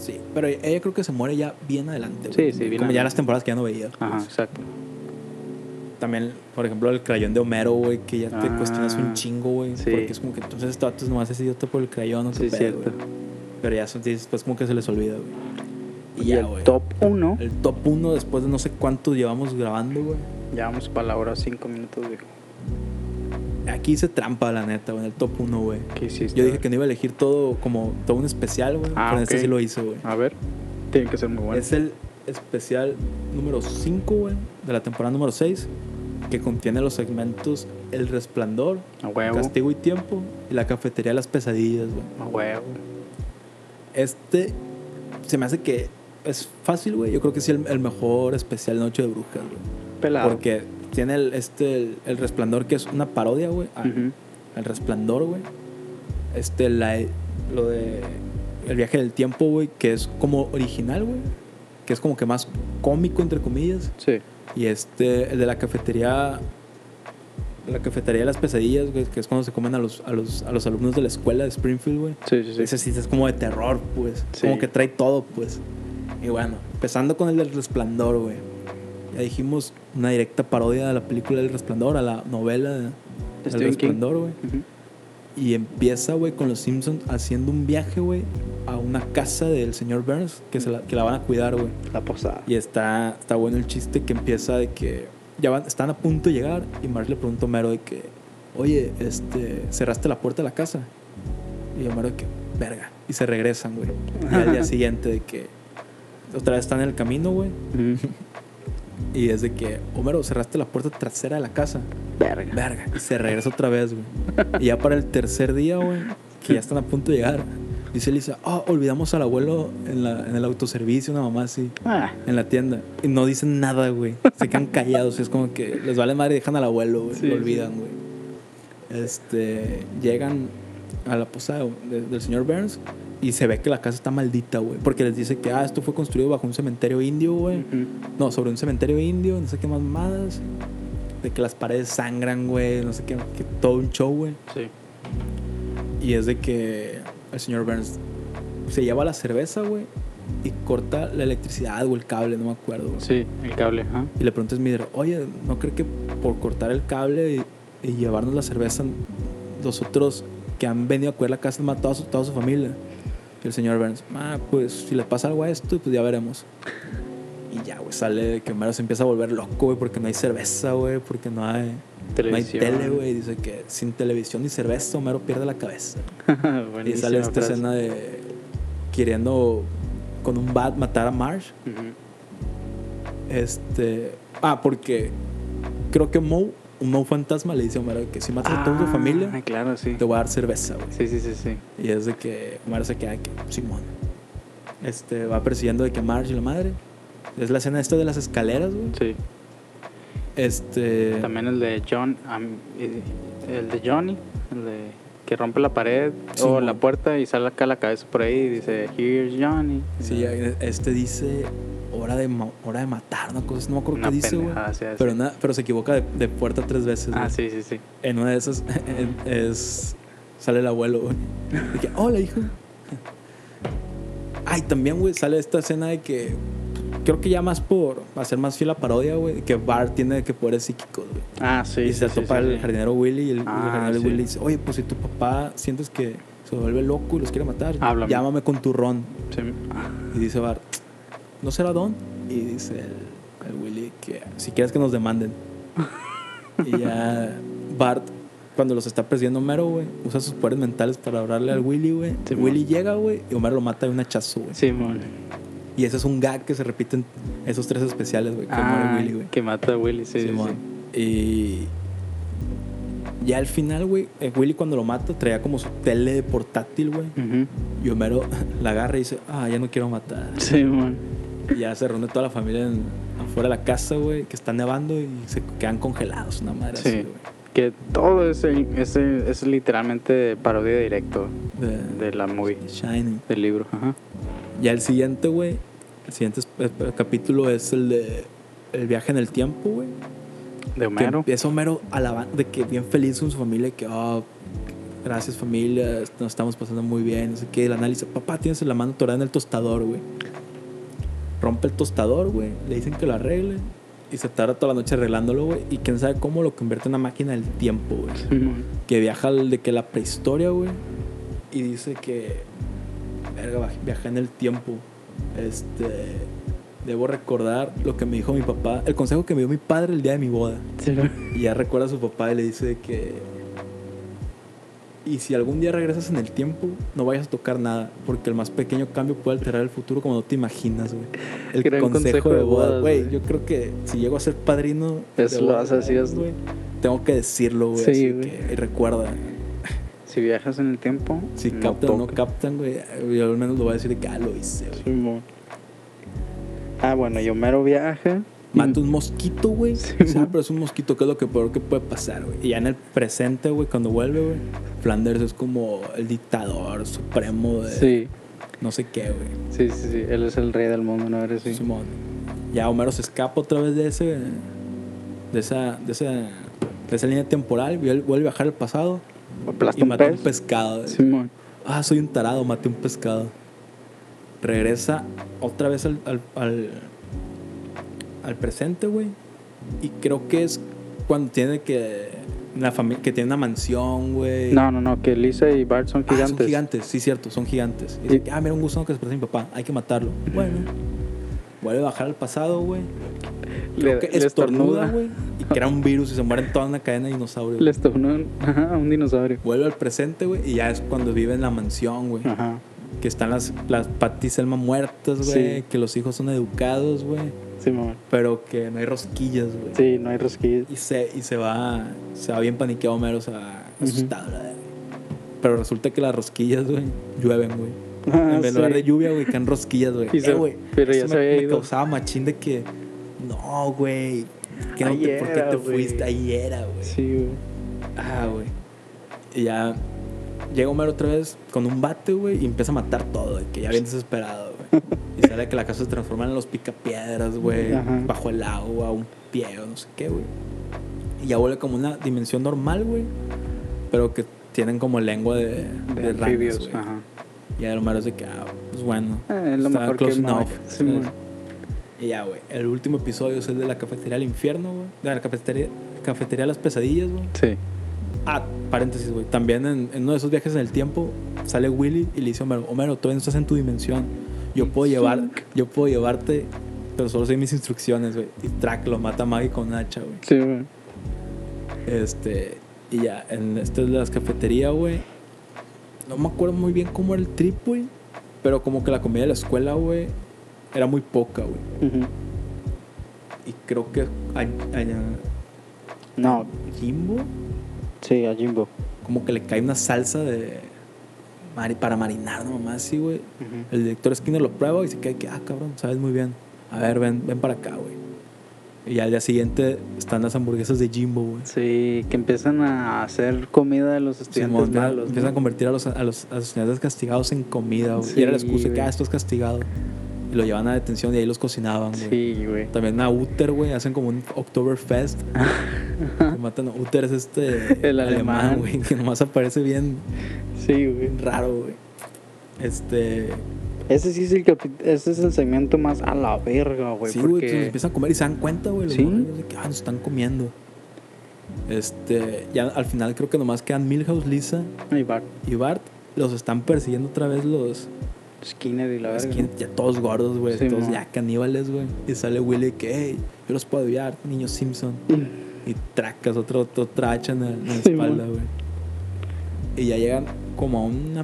A: Sí, pero ella creo que se muere ya bien adelante. güey.
B: Sí, sí,
A: Como
B: bien
A: ya
B: adelante.
A: las temporadas que ya no veía.
B: Ajá, exacto.
A: También, por ejemplo, el crayón de Homero, güey, que ya te
B: Ah,
A: cuestionas un chingo, güey.
B: sí.
A: Porque es como que entonces este vato es nomás es idiota por el crayón, no
B: Sí,
A: sé
B: es
A: qué
B: cierto.
A: Pero ya son- después como que se les olvida, güey.
B: Y,
A: Y ya,
B: el
A: güey.
B: top 1,
A: El top 1 después de no sé cuánto llevamos grabando, güey.
B: ya vamos para la hora 5 minutos, viejo.
A: Aquí hice trampa, la neta, güey, en el top 1, güey.
B: ¿Qué hiciste?
A: Yo dije que no iba a elegir todo como todo un especial, güey.
B: Ah,
A: pero en este
B: ok.
A: sí lo hice, güey.
B: A ver, tiene que ser muy bueno.
A: Es el especial número 5, güey, de la temporada número 6, que contiene los segmentos El Resplandor,
B: A huevo.
A: Castigo y Tiempo y La Cafetería de las Pesadillas, güey.
B: A huevo.
A: Este se me hace que es fácil, güey. Yo creo que sí el, el mejor especial Noche de Brujas, güey.
B: Pelado.
A: Porque tiene el, este, el, El Resplandor, que es una parodia, güey, a- al
B: Ujú.
A: Resplandor, güey. Este, la, lo de El Viaje del Tiempo, güey, que es como original, güey. Que es como que más cómico, entre comillas.
B: Sí.
A: Y este, el de la cafetería. La cafetería de las pesadillas, güey, que es cuando se comen a los, a los, a los alumnos de la escuela de Springfield, güey.
B: Sí, sí, sí.
A: Ese sí es como de terror, pues.
B: Sí.
A: Como que trae todo, pues. Y bueno, empezando con el del resplandor, güey. Ya dijimos una directa parodia de la película del resplandor, a la novela de, del
B: Stephen King.
A: resplandor, güey.
B: Ujú.
A: Y empieza, güey, con los Simpsons haciendo un viaje, güey, a una casa del señor Burns, que, se la, que la van a cuidar, güey.
B: La posada.
A: Y está, está bueno el chiste que empieza de que ya van, están a punto de llegar y Marge le pregunta a Homero de que, oye, este, cerraste la puerta de la casa. Y Homero de que, verga. Y se regresan, güey. Y al día siguiente de que otra vez están en el camino, güey.
B: Ujú.
A: Y es de que, Homero, cerraste la puerta trasera de la casa.
B: [LAUGHS] Verga.
A: Verga. Y se regresa otra vez, güey. Y ya para el tercer día, güey, que ya están a punto de llegar. Dice Lisa, ah, olvidamos al abuelo en, la- en el autoservicio, una mamá así,
B: Ah,
A: en la tienda. Y no dicen nada, güey. Se quedan callados. Es como que les vale madre y dejan al abuelo, güey.
B: Sí,
A: lo olvidan, güey. Este, llegan a la posada de- del señor Burns y se ve que la casa está maldita, güey. Porque les dice que, ah, esto fue construido bajo un cementerio indio, güey.
B: ujú.
A: No, sobre un cementerio indio, no sé qué más mamadas. De que las paredes sangran, güey, no sé qué, que todo un show, güey.
B: Sí.
A: Y es de que el señor Burns se lleva la cerveza, güey, y corta la electricidad o el cable, no me acuerdo. güey.
B: Sí, el cable, ajá. [LAUGHS]
A: Y le pregunta a Smither, oye, ¿no cree que por cortar el cable y, y llevarnos la cerveza, los otros que han venido a cuidar la casa han matado a su, toda su familia? Y el señor Burns, ah, pues si le pasa algo a esto, pues ya veremos. Y ya, güey, sale de que Homero se empieza a volver loco, güey, porque no hay cerveza, güey, porque no hay, no hay
B: Televisión.
A: tele, güey. Dice que sin televisión ni cerveza, Homero pierde la cabeza. Y
B: Buenísima
A: sale este esta
B: frase.
A: escena de queriendo con un bat matar a Marsh.
B: Ujú.
A: Este. Ah, porque creo que Moe, un Moe fantasma, le dice a Homero que si matas a toda tu
B: Ah,
A: familia,
B: Claro, sí.
A: te voy a dar cerveza, güey.
B: Sí, sí, sí, sí.
A: Y es de que Homero se queda que, Simón. Este, va persiguiendo de que Marge y la madre. Es la escena esta de las escaleras, güey.
B: Sí.
A: Este.
B: También el de John, am- eh, el de Johnny, el de que rompe la pared
A: Sí,
B: o
A: mon.
B: la puerta y sale acá la cabeza por ahí y dice, here's Johnny.
A: Sí, ya, este dice hora de, ma- hora de matar, no, cosas, no me acuerdo
B: Una
A: qué dice, güey.
B: pendejada, sí,
A: Pero,
B: sí.
A: na- pero se equivoca de, de puerta tres veces.
B: Ah,
A: güey.
B: sí, sí, sí.
A: En una de esas [LAUGHS] en- es, sale el abuelo, güey. De que, hola, hijo. Ay, también, güey, sale esta escena de que. Creo que ya más por hacer más fiel a la parodia, güey, que Bart tiene que poderes psíquicos, güey.
B: Ah, sí.
A: y
B: sí,
A: se
B: sí,
A: topa
B: sí,
A: el
B: sí.
A: jardinero Willy y el, y el
B: Ah,
A: jardinero
B: sí.
A: Willy dice: Oye, pues si tu papá sientes que se vuelve loco y los quiere matar,
B: Háblame.
A: llámame con tu ron.
B: Sí. Ah,
A: Y dice Bart: ¿No será Don? Y dice el, el Willy que si quieres que nos demanden. y ya Bart, cuando los está persiguiendo Homero, güey, usa sus poderes mentales para hablarle al Willy, güey.
B: Sí,
A: Willy llega, güey, y Homero lo mata de un hachazo, güey.
B: Sí, mon.
A: Y ese es un gag que se repiten esos tres especiales, güey, que
B: Ah,
A: muere Willy, güey.
B: que mata a Willy, sí, sí,
A: Simón.
B: sí.
A: Y ya al final, güey, el Willy cuando lo mata traía como su tele portátil, güey.
B: Ujú.
A: Y Homero [LAUGHS] la agarra y dice, ah, ya no quiero matar.
B: Sí, mon.
A: Y ya se reúne toda la familia en- afuera de la casa, güey, que está nevando y se quedan congelados, una madre
B: Sí.
A: así, güey.
B: Que todo es, el- es, el- es literalmente parodia directo
A: De,
B: de la movie,
A: Shining.
B: del libro. Ajá.
A: Ya el siguiente, güey, el siguiente es- es- capítulo es el de el viaje en el tiempo, güey.
B: De
A: Que
B: Homero.
A: empieza Homero alaban- de que bien feliz con su familia, que "Ah, gracias familia, est- nos estamos pasando muy bien, no sé qué, el análisis, papá, tienes la mano torada en el tostador, güey. Rompe el tostador, güey, le dicen que lo arregle y se tarda toda la noche arreglándolo, güey, y quién sabe cómo lo convierte en una máquina del tiempo, güey,
B: Sí, mon.
A: que viaja al- de que la prehistoria, güey, y dice que verga, va- viajé en el tiempo. Este debo recordar lo que me dijo mi papá, el consejo que me dio mi padre el día de mi boda.
B: Sí, mon.
A: Y ya recuerda a su papá y le dice que. Y si algún día regresas en el tiempo, no vayas a tocar nada, porque el más pequeño cambio puede alterar el futuro como no te imaginas, güey. El
B: Gran
A: consejo,
B: consejo
A: de
B: de
A: boda,
B: bodas,
A: güey.
B: güey.
A: Yo creo que si llego a ser padrino. de
B: Eso lo
A: bodas,
B: vas a decir, es-
A: Tengo que decirlo, güey.
B: Sí,
A: así
B: güey.
A: que recuerda,
B: Si viajas en el tiempo,
A: si
B: no
A: captan o no
B: toques.
A: captan, güey, yo al menos lo voy a decir de que ah, lo hice, güey.
B: Simón. Ah, bueno, y Homero viaja.
A: Mata un mosquito, güey.
B: Sí,
A: O sea,
B: güey.
A: pero es un mosquito, que es lo que peor que puede pasar, güey? Y ya en el presente, güey, cuando vuelve, güey, Flanders es como el dictador supremo de
B: Sí,
A: no sé qué, güey.
B: sí, sí, sí. Él es el rey del mundo, ¿no eres así?
A: Simón. Ya Homero se escapa otra vez de ese. de esa. de esa. de esa línea temporal, y él vuelve a bajar al pasado
B: Aplasta
A: y
B: un
A: mata
B: pez.
A: un pescado. güey.
B: Simón.
A: Ah, soy un tarado, maté un pescado. Regresa otra vez al, al, al, al presente, güey. Y creo que es cuando tiene que. La fami- que tiene una mansión, güey.
B: No, no, no, que Lisa y Bart son
A: Ah,
B: gigantes.
A: son gigantes, sí, cierto, son gigantes. Y
B: Sí.
A: dice, ah, mira un gusano que se parece a mi papá, hay que matarlo. Bueno, vuelve a bajar al pasado, güey.
B: Le,
A: Creo que
B: le
A: estornuda,
B: estornuda,
A: güey. Y crea un virus y se mueren toda una cadena de dinosaurios.
B: Le estornuda ajá, un [LAUGHS] dinosaurio.
A: Vuelve al presente, güey, y ya es cuando vive en la mansión, güey.
B: Ajá.
A: Que están las, las Patty y Selma muertas, güey.
B: Sí.
A: Que los hijos son educados, güey.
B: Sí, mamá.
A: pero que no hay rosquillas, güey.
B: Sí, no hay rosquillas.
A: Y se, y se va se va bien paniqueado Homero, o sea, asustado. la verga. Pero resulta que las rosquillas, güey, llueven, güey.
B: Ah,
A: en vez lugar
B: sí.
A: de lluvia, güey, caen rosquillas,
B: [LAUGHS]
A: güey.
B: Y se-
A: Eh, güey,
B: pero ya
A: eso
B: se
A: me,
B: había
A: me
B: ido.
A: causaba machín de que, no, güey, que no te,
B: Ahí
A: ¿por qué
B: era,
A: te
B: güey.
A: fuiste? Ahí era, güey.
B: Sí, güey.
A: Ah, güey. Y ya llega Homero otra vez con un bate, güey, y empieza a matar todo, de que ya bien desesperado, güey. Y sale que la casa se transforma en los picapiedras, güey,
B: Ajá.
A: bajo el agua, un pie o no sé qué, güey. Y ya vuelve como una dimensión normal, güey, pero que tienen como lengua de, de,
B: De
A: ranas,
B: anfibios.
A: güey.
B: Ajá.
A: Y el Homero es de que, ah, pues bueno.
B: Eh, es lo
A: está
B: mejor que
A: close
B: me-
A: enough.
B: sí, güey.
A: Y ya, güey. El último episodio es el de la cafetería del infierno, güey. De la cafetería, cafetería de las pesadillas, güey.
B: Sí.
A: Ah, paréntesis, güey. También en, en uno de esos viajes en el tiempo sale Willy y le dice a Homero, Homero, todavía no estás en tu dimensión. Yo puedo llevar, yo puedo llevarte, pero solo sé mis instrucciones, güey. Y Track lo mata a Maggie con un hacha, güey.
B: Sí, güey.
A: Este, y ya, en esto de las cafeterías, güey. No me acuerdo muy bien cómo era el trip, güey. Pero como que la comida de la escuela, güey, era muy poca, güey.
B: Ujú.
A: Y creo que ah, a, a-
B: No,
A: a Jimbo
B: sí, a Jimbo.
A: como que le cae una salsa de mari- para marinar, no mamá, así, güey. El director Skinner lo prueba y se queda que, ah, cabrón, sabes muy bien. A ver, ven, ven para acá, güey. Y al día siguiente están las hamburguesas de Jimbo, güey.
B: Sí, que empiezan a hacer comida de los estudiantes
A: Simón, ¿no?
B: malos.
A: empiezan a
B: ¿no?
A: convertir a los, a los, a los estudiantes castigados en comida, güey.
B: Sí,
A: y era la excusa de que,
B: güey.
A: ah, esto es castigado. Y lo llevan a detención y ahí los cocinaban, güey.
B: Sí, güey.
A: También a Uter, güey, hacen como un Oktoberfest. Y matan a Uter, es este.
B: [LAUGHS] El alemán.
A: güey, que nomás aparece bien
B: [LAUGHS] Sí, güey.
A: raro, güey. Este.
B: Ese sí es el capi- ese es el segmento más a la verga, güey.
A: sí, güey, que se los
B: porque
A: empiezan a comer y se dan cuenta, güey. los
B: Sí.
A: morrillos de que, ah, nos están comiendo. Este. Ya al final creo que nomás quedan Milhouse, Lisa
B: Ahí va
A: y Bart. Los están persiguiendo otra vez los.
B: Skinner y la
A: Es
B: verga.
A: que ya todos gordos, güey.
B: Sí,
A: todos
B: mo.
A: ya caníbales, güey. Y sale Willy que, hey, yo los puedo ayudar, niño Simpson. y tracas otro, otro tracha en la, en la
B: Mm. Sí,
A: espalda,
B: mo.
A: güey. Y ya llegan como a una.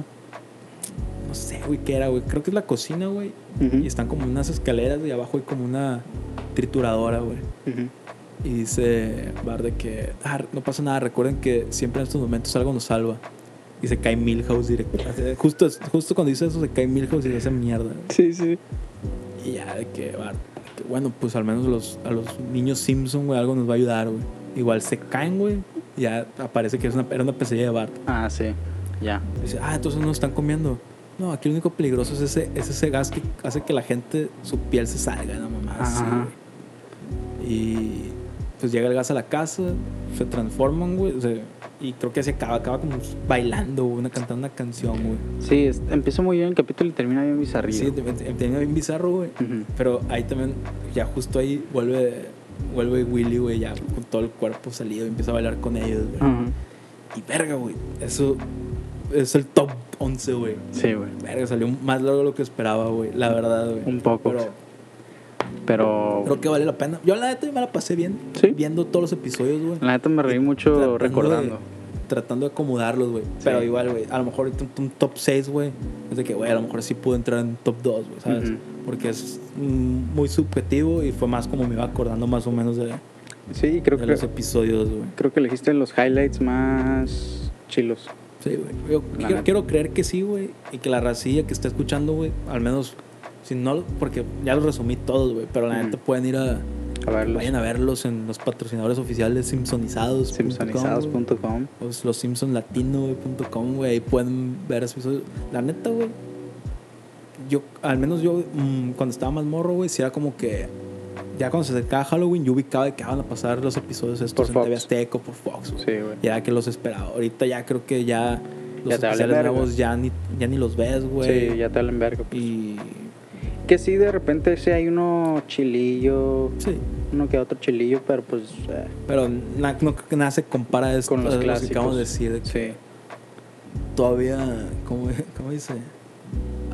A: No sé, güey, qué era, güey. Creo que es la cocina, güey.
B: Ujú,
A: Y están como unas escaleras y abajo hay como una trituradora, güey.
B: ujú.
A: Y dice Bar de que, "Ah, no pasa nada, recuerden que siempre en estos momentos algo nos salva. Y se cae Milhouse directo. Justo, justo cuando dice eso, se cae Milhouse y dice mierda. güey.
B: Sí, sí.
A: Y ya de que, Bart, de que, bueno, pues al menos los, a los niños Simpson, güey, algo nos va a ayudar, güey. Igual se caen, güey. y Ya aparece que es una, era una pesadilla de Bart.
B: Ah, sí. Ya.
A: Dice, ah, entonces nos están comiendo. No, aquí lo único peligroso es ese, es ese gas que hace que la gente, su piel se salga, no mamá. así,
B: Ajá.
A: güey. y pues llega el gas a la casa, se transforman, güey. o sea, y creo que se acaba, acaba como bailando, güey, una, cantando una canción, güey.
B: Sí, es- empieza muy bien el capítulo y termina bien bizarrillo.
A: Sí, te- te- termina bien bizarro, güey.
B: Ujú.
A: Pero ahí también, ya justo ahí vuelve, vuelve Willy, güey, ya con todo el cuerpo salido y empieza a bailar con ellos, güey.
B: Ajá.
A: Y verga, güey. Eso es el top 11, güey.
B: Sí, güey.
A: Verga, salió más largo de lo que esperaba, güey. La verdad, güey.
B: Un poco.
A: Pero
B: Pero
A: creo que vale la pena. Yo la neta yo me la pasé bien.
B: Sí.
A: Viendo todos los episodios, güey.
B: la neta me reí
A: Tratando
B: mucho
A: de-
B: recordando.
A: tratando de acomodarlos, güey. Pero igual, güey. A lo mejor ahorita un, un top 6, güey. Es de que, güey, a lo mejor sí pude entrar en top 2, güey, ¿sabes?
B: Ujú.
A: Porque es mm, muy subjetivo y fue más como me iba acordando más o menos de,
B: Sí, creo
A: de
B: que
A: los episodios, güey.
B: creo que elegiste los highlights más chilos.
A: Sí, güey. Yo
B: La
A: quiero,
B: neta.
A: quiero creer que sí, güey. Y que la racilla que está escuchando, güey, al menos, si no, lo- porque ya los resumí todos, güey. Pero la
B: Ujú.
A: neta pueden ir a.
B: A verlos.
A: Vayan a verlos en los patrocinadores oficiales simpsonizados.
B: Simpsonizados.com.
A: Pues los simpsonlatino.com, güey. Ahí pueden ver esos episodios. La neta, güey. Yo, al menos yo, mm, cuando estaba más morro, güey, si era como que. Ya cuando se acercaba Halloween, yo ubicaba de que ah, van a pasar los episodios estos
B: Por
A: en
B: Fox.
A: TV Azteca o por Fox, güey.
B: Sí, güey.
A: Ya que los esperaba. Ahorita ya creo que ya los
B: Ya te vale
A: especiales
B: verga.
A: nuevos ya ni, ya ni los ves, güey.
B: Sí, ya te hablan verga. pues.
A: Y.
B: Que sí, de repente sí hay uno chilillo,
A: Sí.
B: uno que otro chilillo, pero pues... eh,
A: Pero na- no creo que nada se compara a esto,
B: Con los
A: a lo que acabamos
B: clásicos.
A: de decir. de que
B: sí.
A: Todavía. ¿Cómo, cómo dice?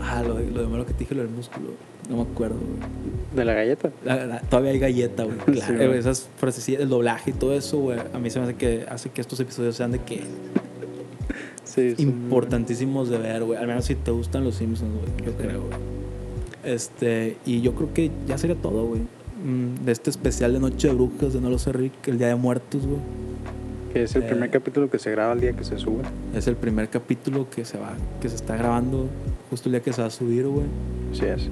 A: Ah, lo, de- lo de malo que te dije, lo del músculo. No me acuerdo, güey.
B: De la galleta.
A: La- la- todavía hay galleta,
B: [LAUGHS]
A: güey.
B: Sí,
A: Claro,
B: güey.
A: esas frasecillas, el doblaje y todo eso, güey. A mí se me hace que hace que estos episodios sean de que
B: Sí, es un-
A: importantísimos de ver, güey. Al menos si te gustan los Simpsons, güey. Yo creo, güey. Este, y yo creo que ya sería todo, güey. mm, de este especial de Noche de Brujas de No lo sé, Rick, el Día de Muertos, güey.
B: Que es el
A: Eh.
B: primer capítulo que se graba el día que se sube.
A: Es el primer capítulo que se va, que se está grabando justo el día que se va a subir, güey.
B: Así es.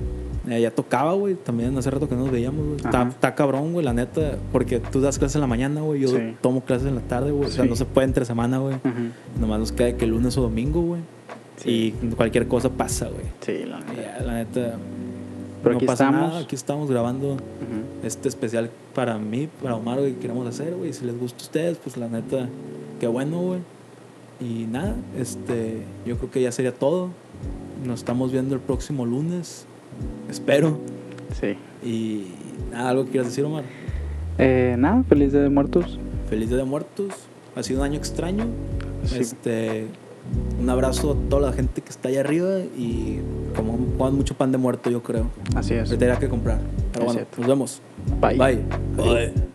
A: Eh, ya tocaba, güey, también hace rato que no nos veíamos, güey. Está,
B: Ajá.
A: está cabrón, güey, la neta, porque tú das clases en la mañana, güey, yo
B: Sí.
A: tomo clases en la tarde, güey. O sea,
B: Sí.
A: no se puede entre semana, güey.
B: Ujú.
A: Nomás nos queda que lunes o domingo, güey.
B: Sí.
A: Y cualquier cosa pasa, güey.
B: Sí, la neta.
A: Ya, la neta.
B: Pero
A: no
B: aquí
A: pasa
B: estamos.
A: nada, Aquí estamos grabando
B: Ujú.
A: este especial para mí, para Omar, güey, que queremos hacer, güey. Si les gusta a ustedes, pues la neta, qué bueno, güey. Y nada, este, yo creo que ya sería todo. Nos estamos viendo el próximo lunes, espero.
B: Sí.
A: Y nada, algo que quieras decir, Omar.
B: Eh, nada, feliz día de muertos.
A: Feliz Día de Muertos. Ha sido un año extraño.
B: Sí.
A: Este, un abrazo a toda la gente que está allá arriba y como coman mucho pan de muerto, yo creo.
B: Así es.
A: Se tendrá que comprar. Pero
B: Es
A: bueno,
B: cierto.
A: nos vemos.
B: Bye.
A: Bye. Bye.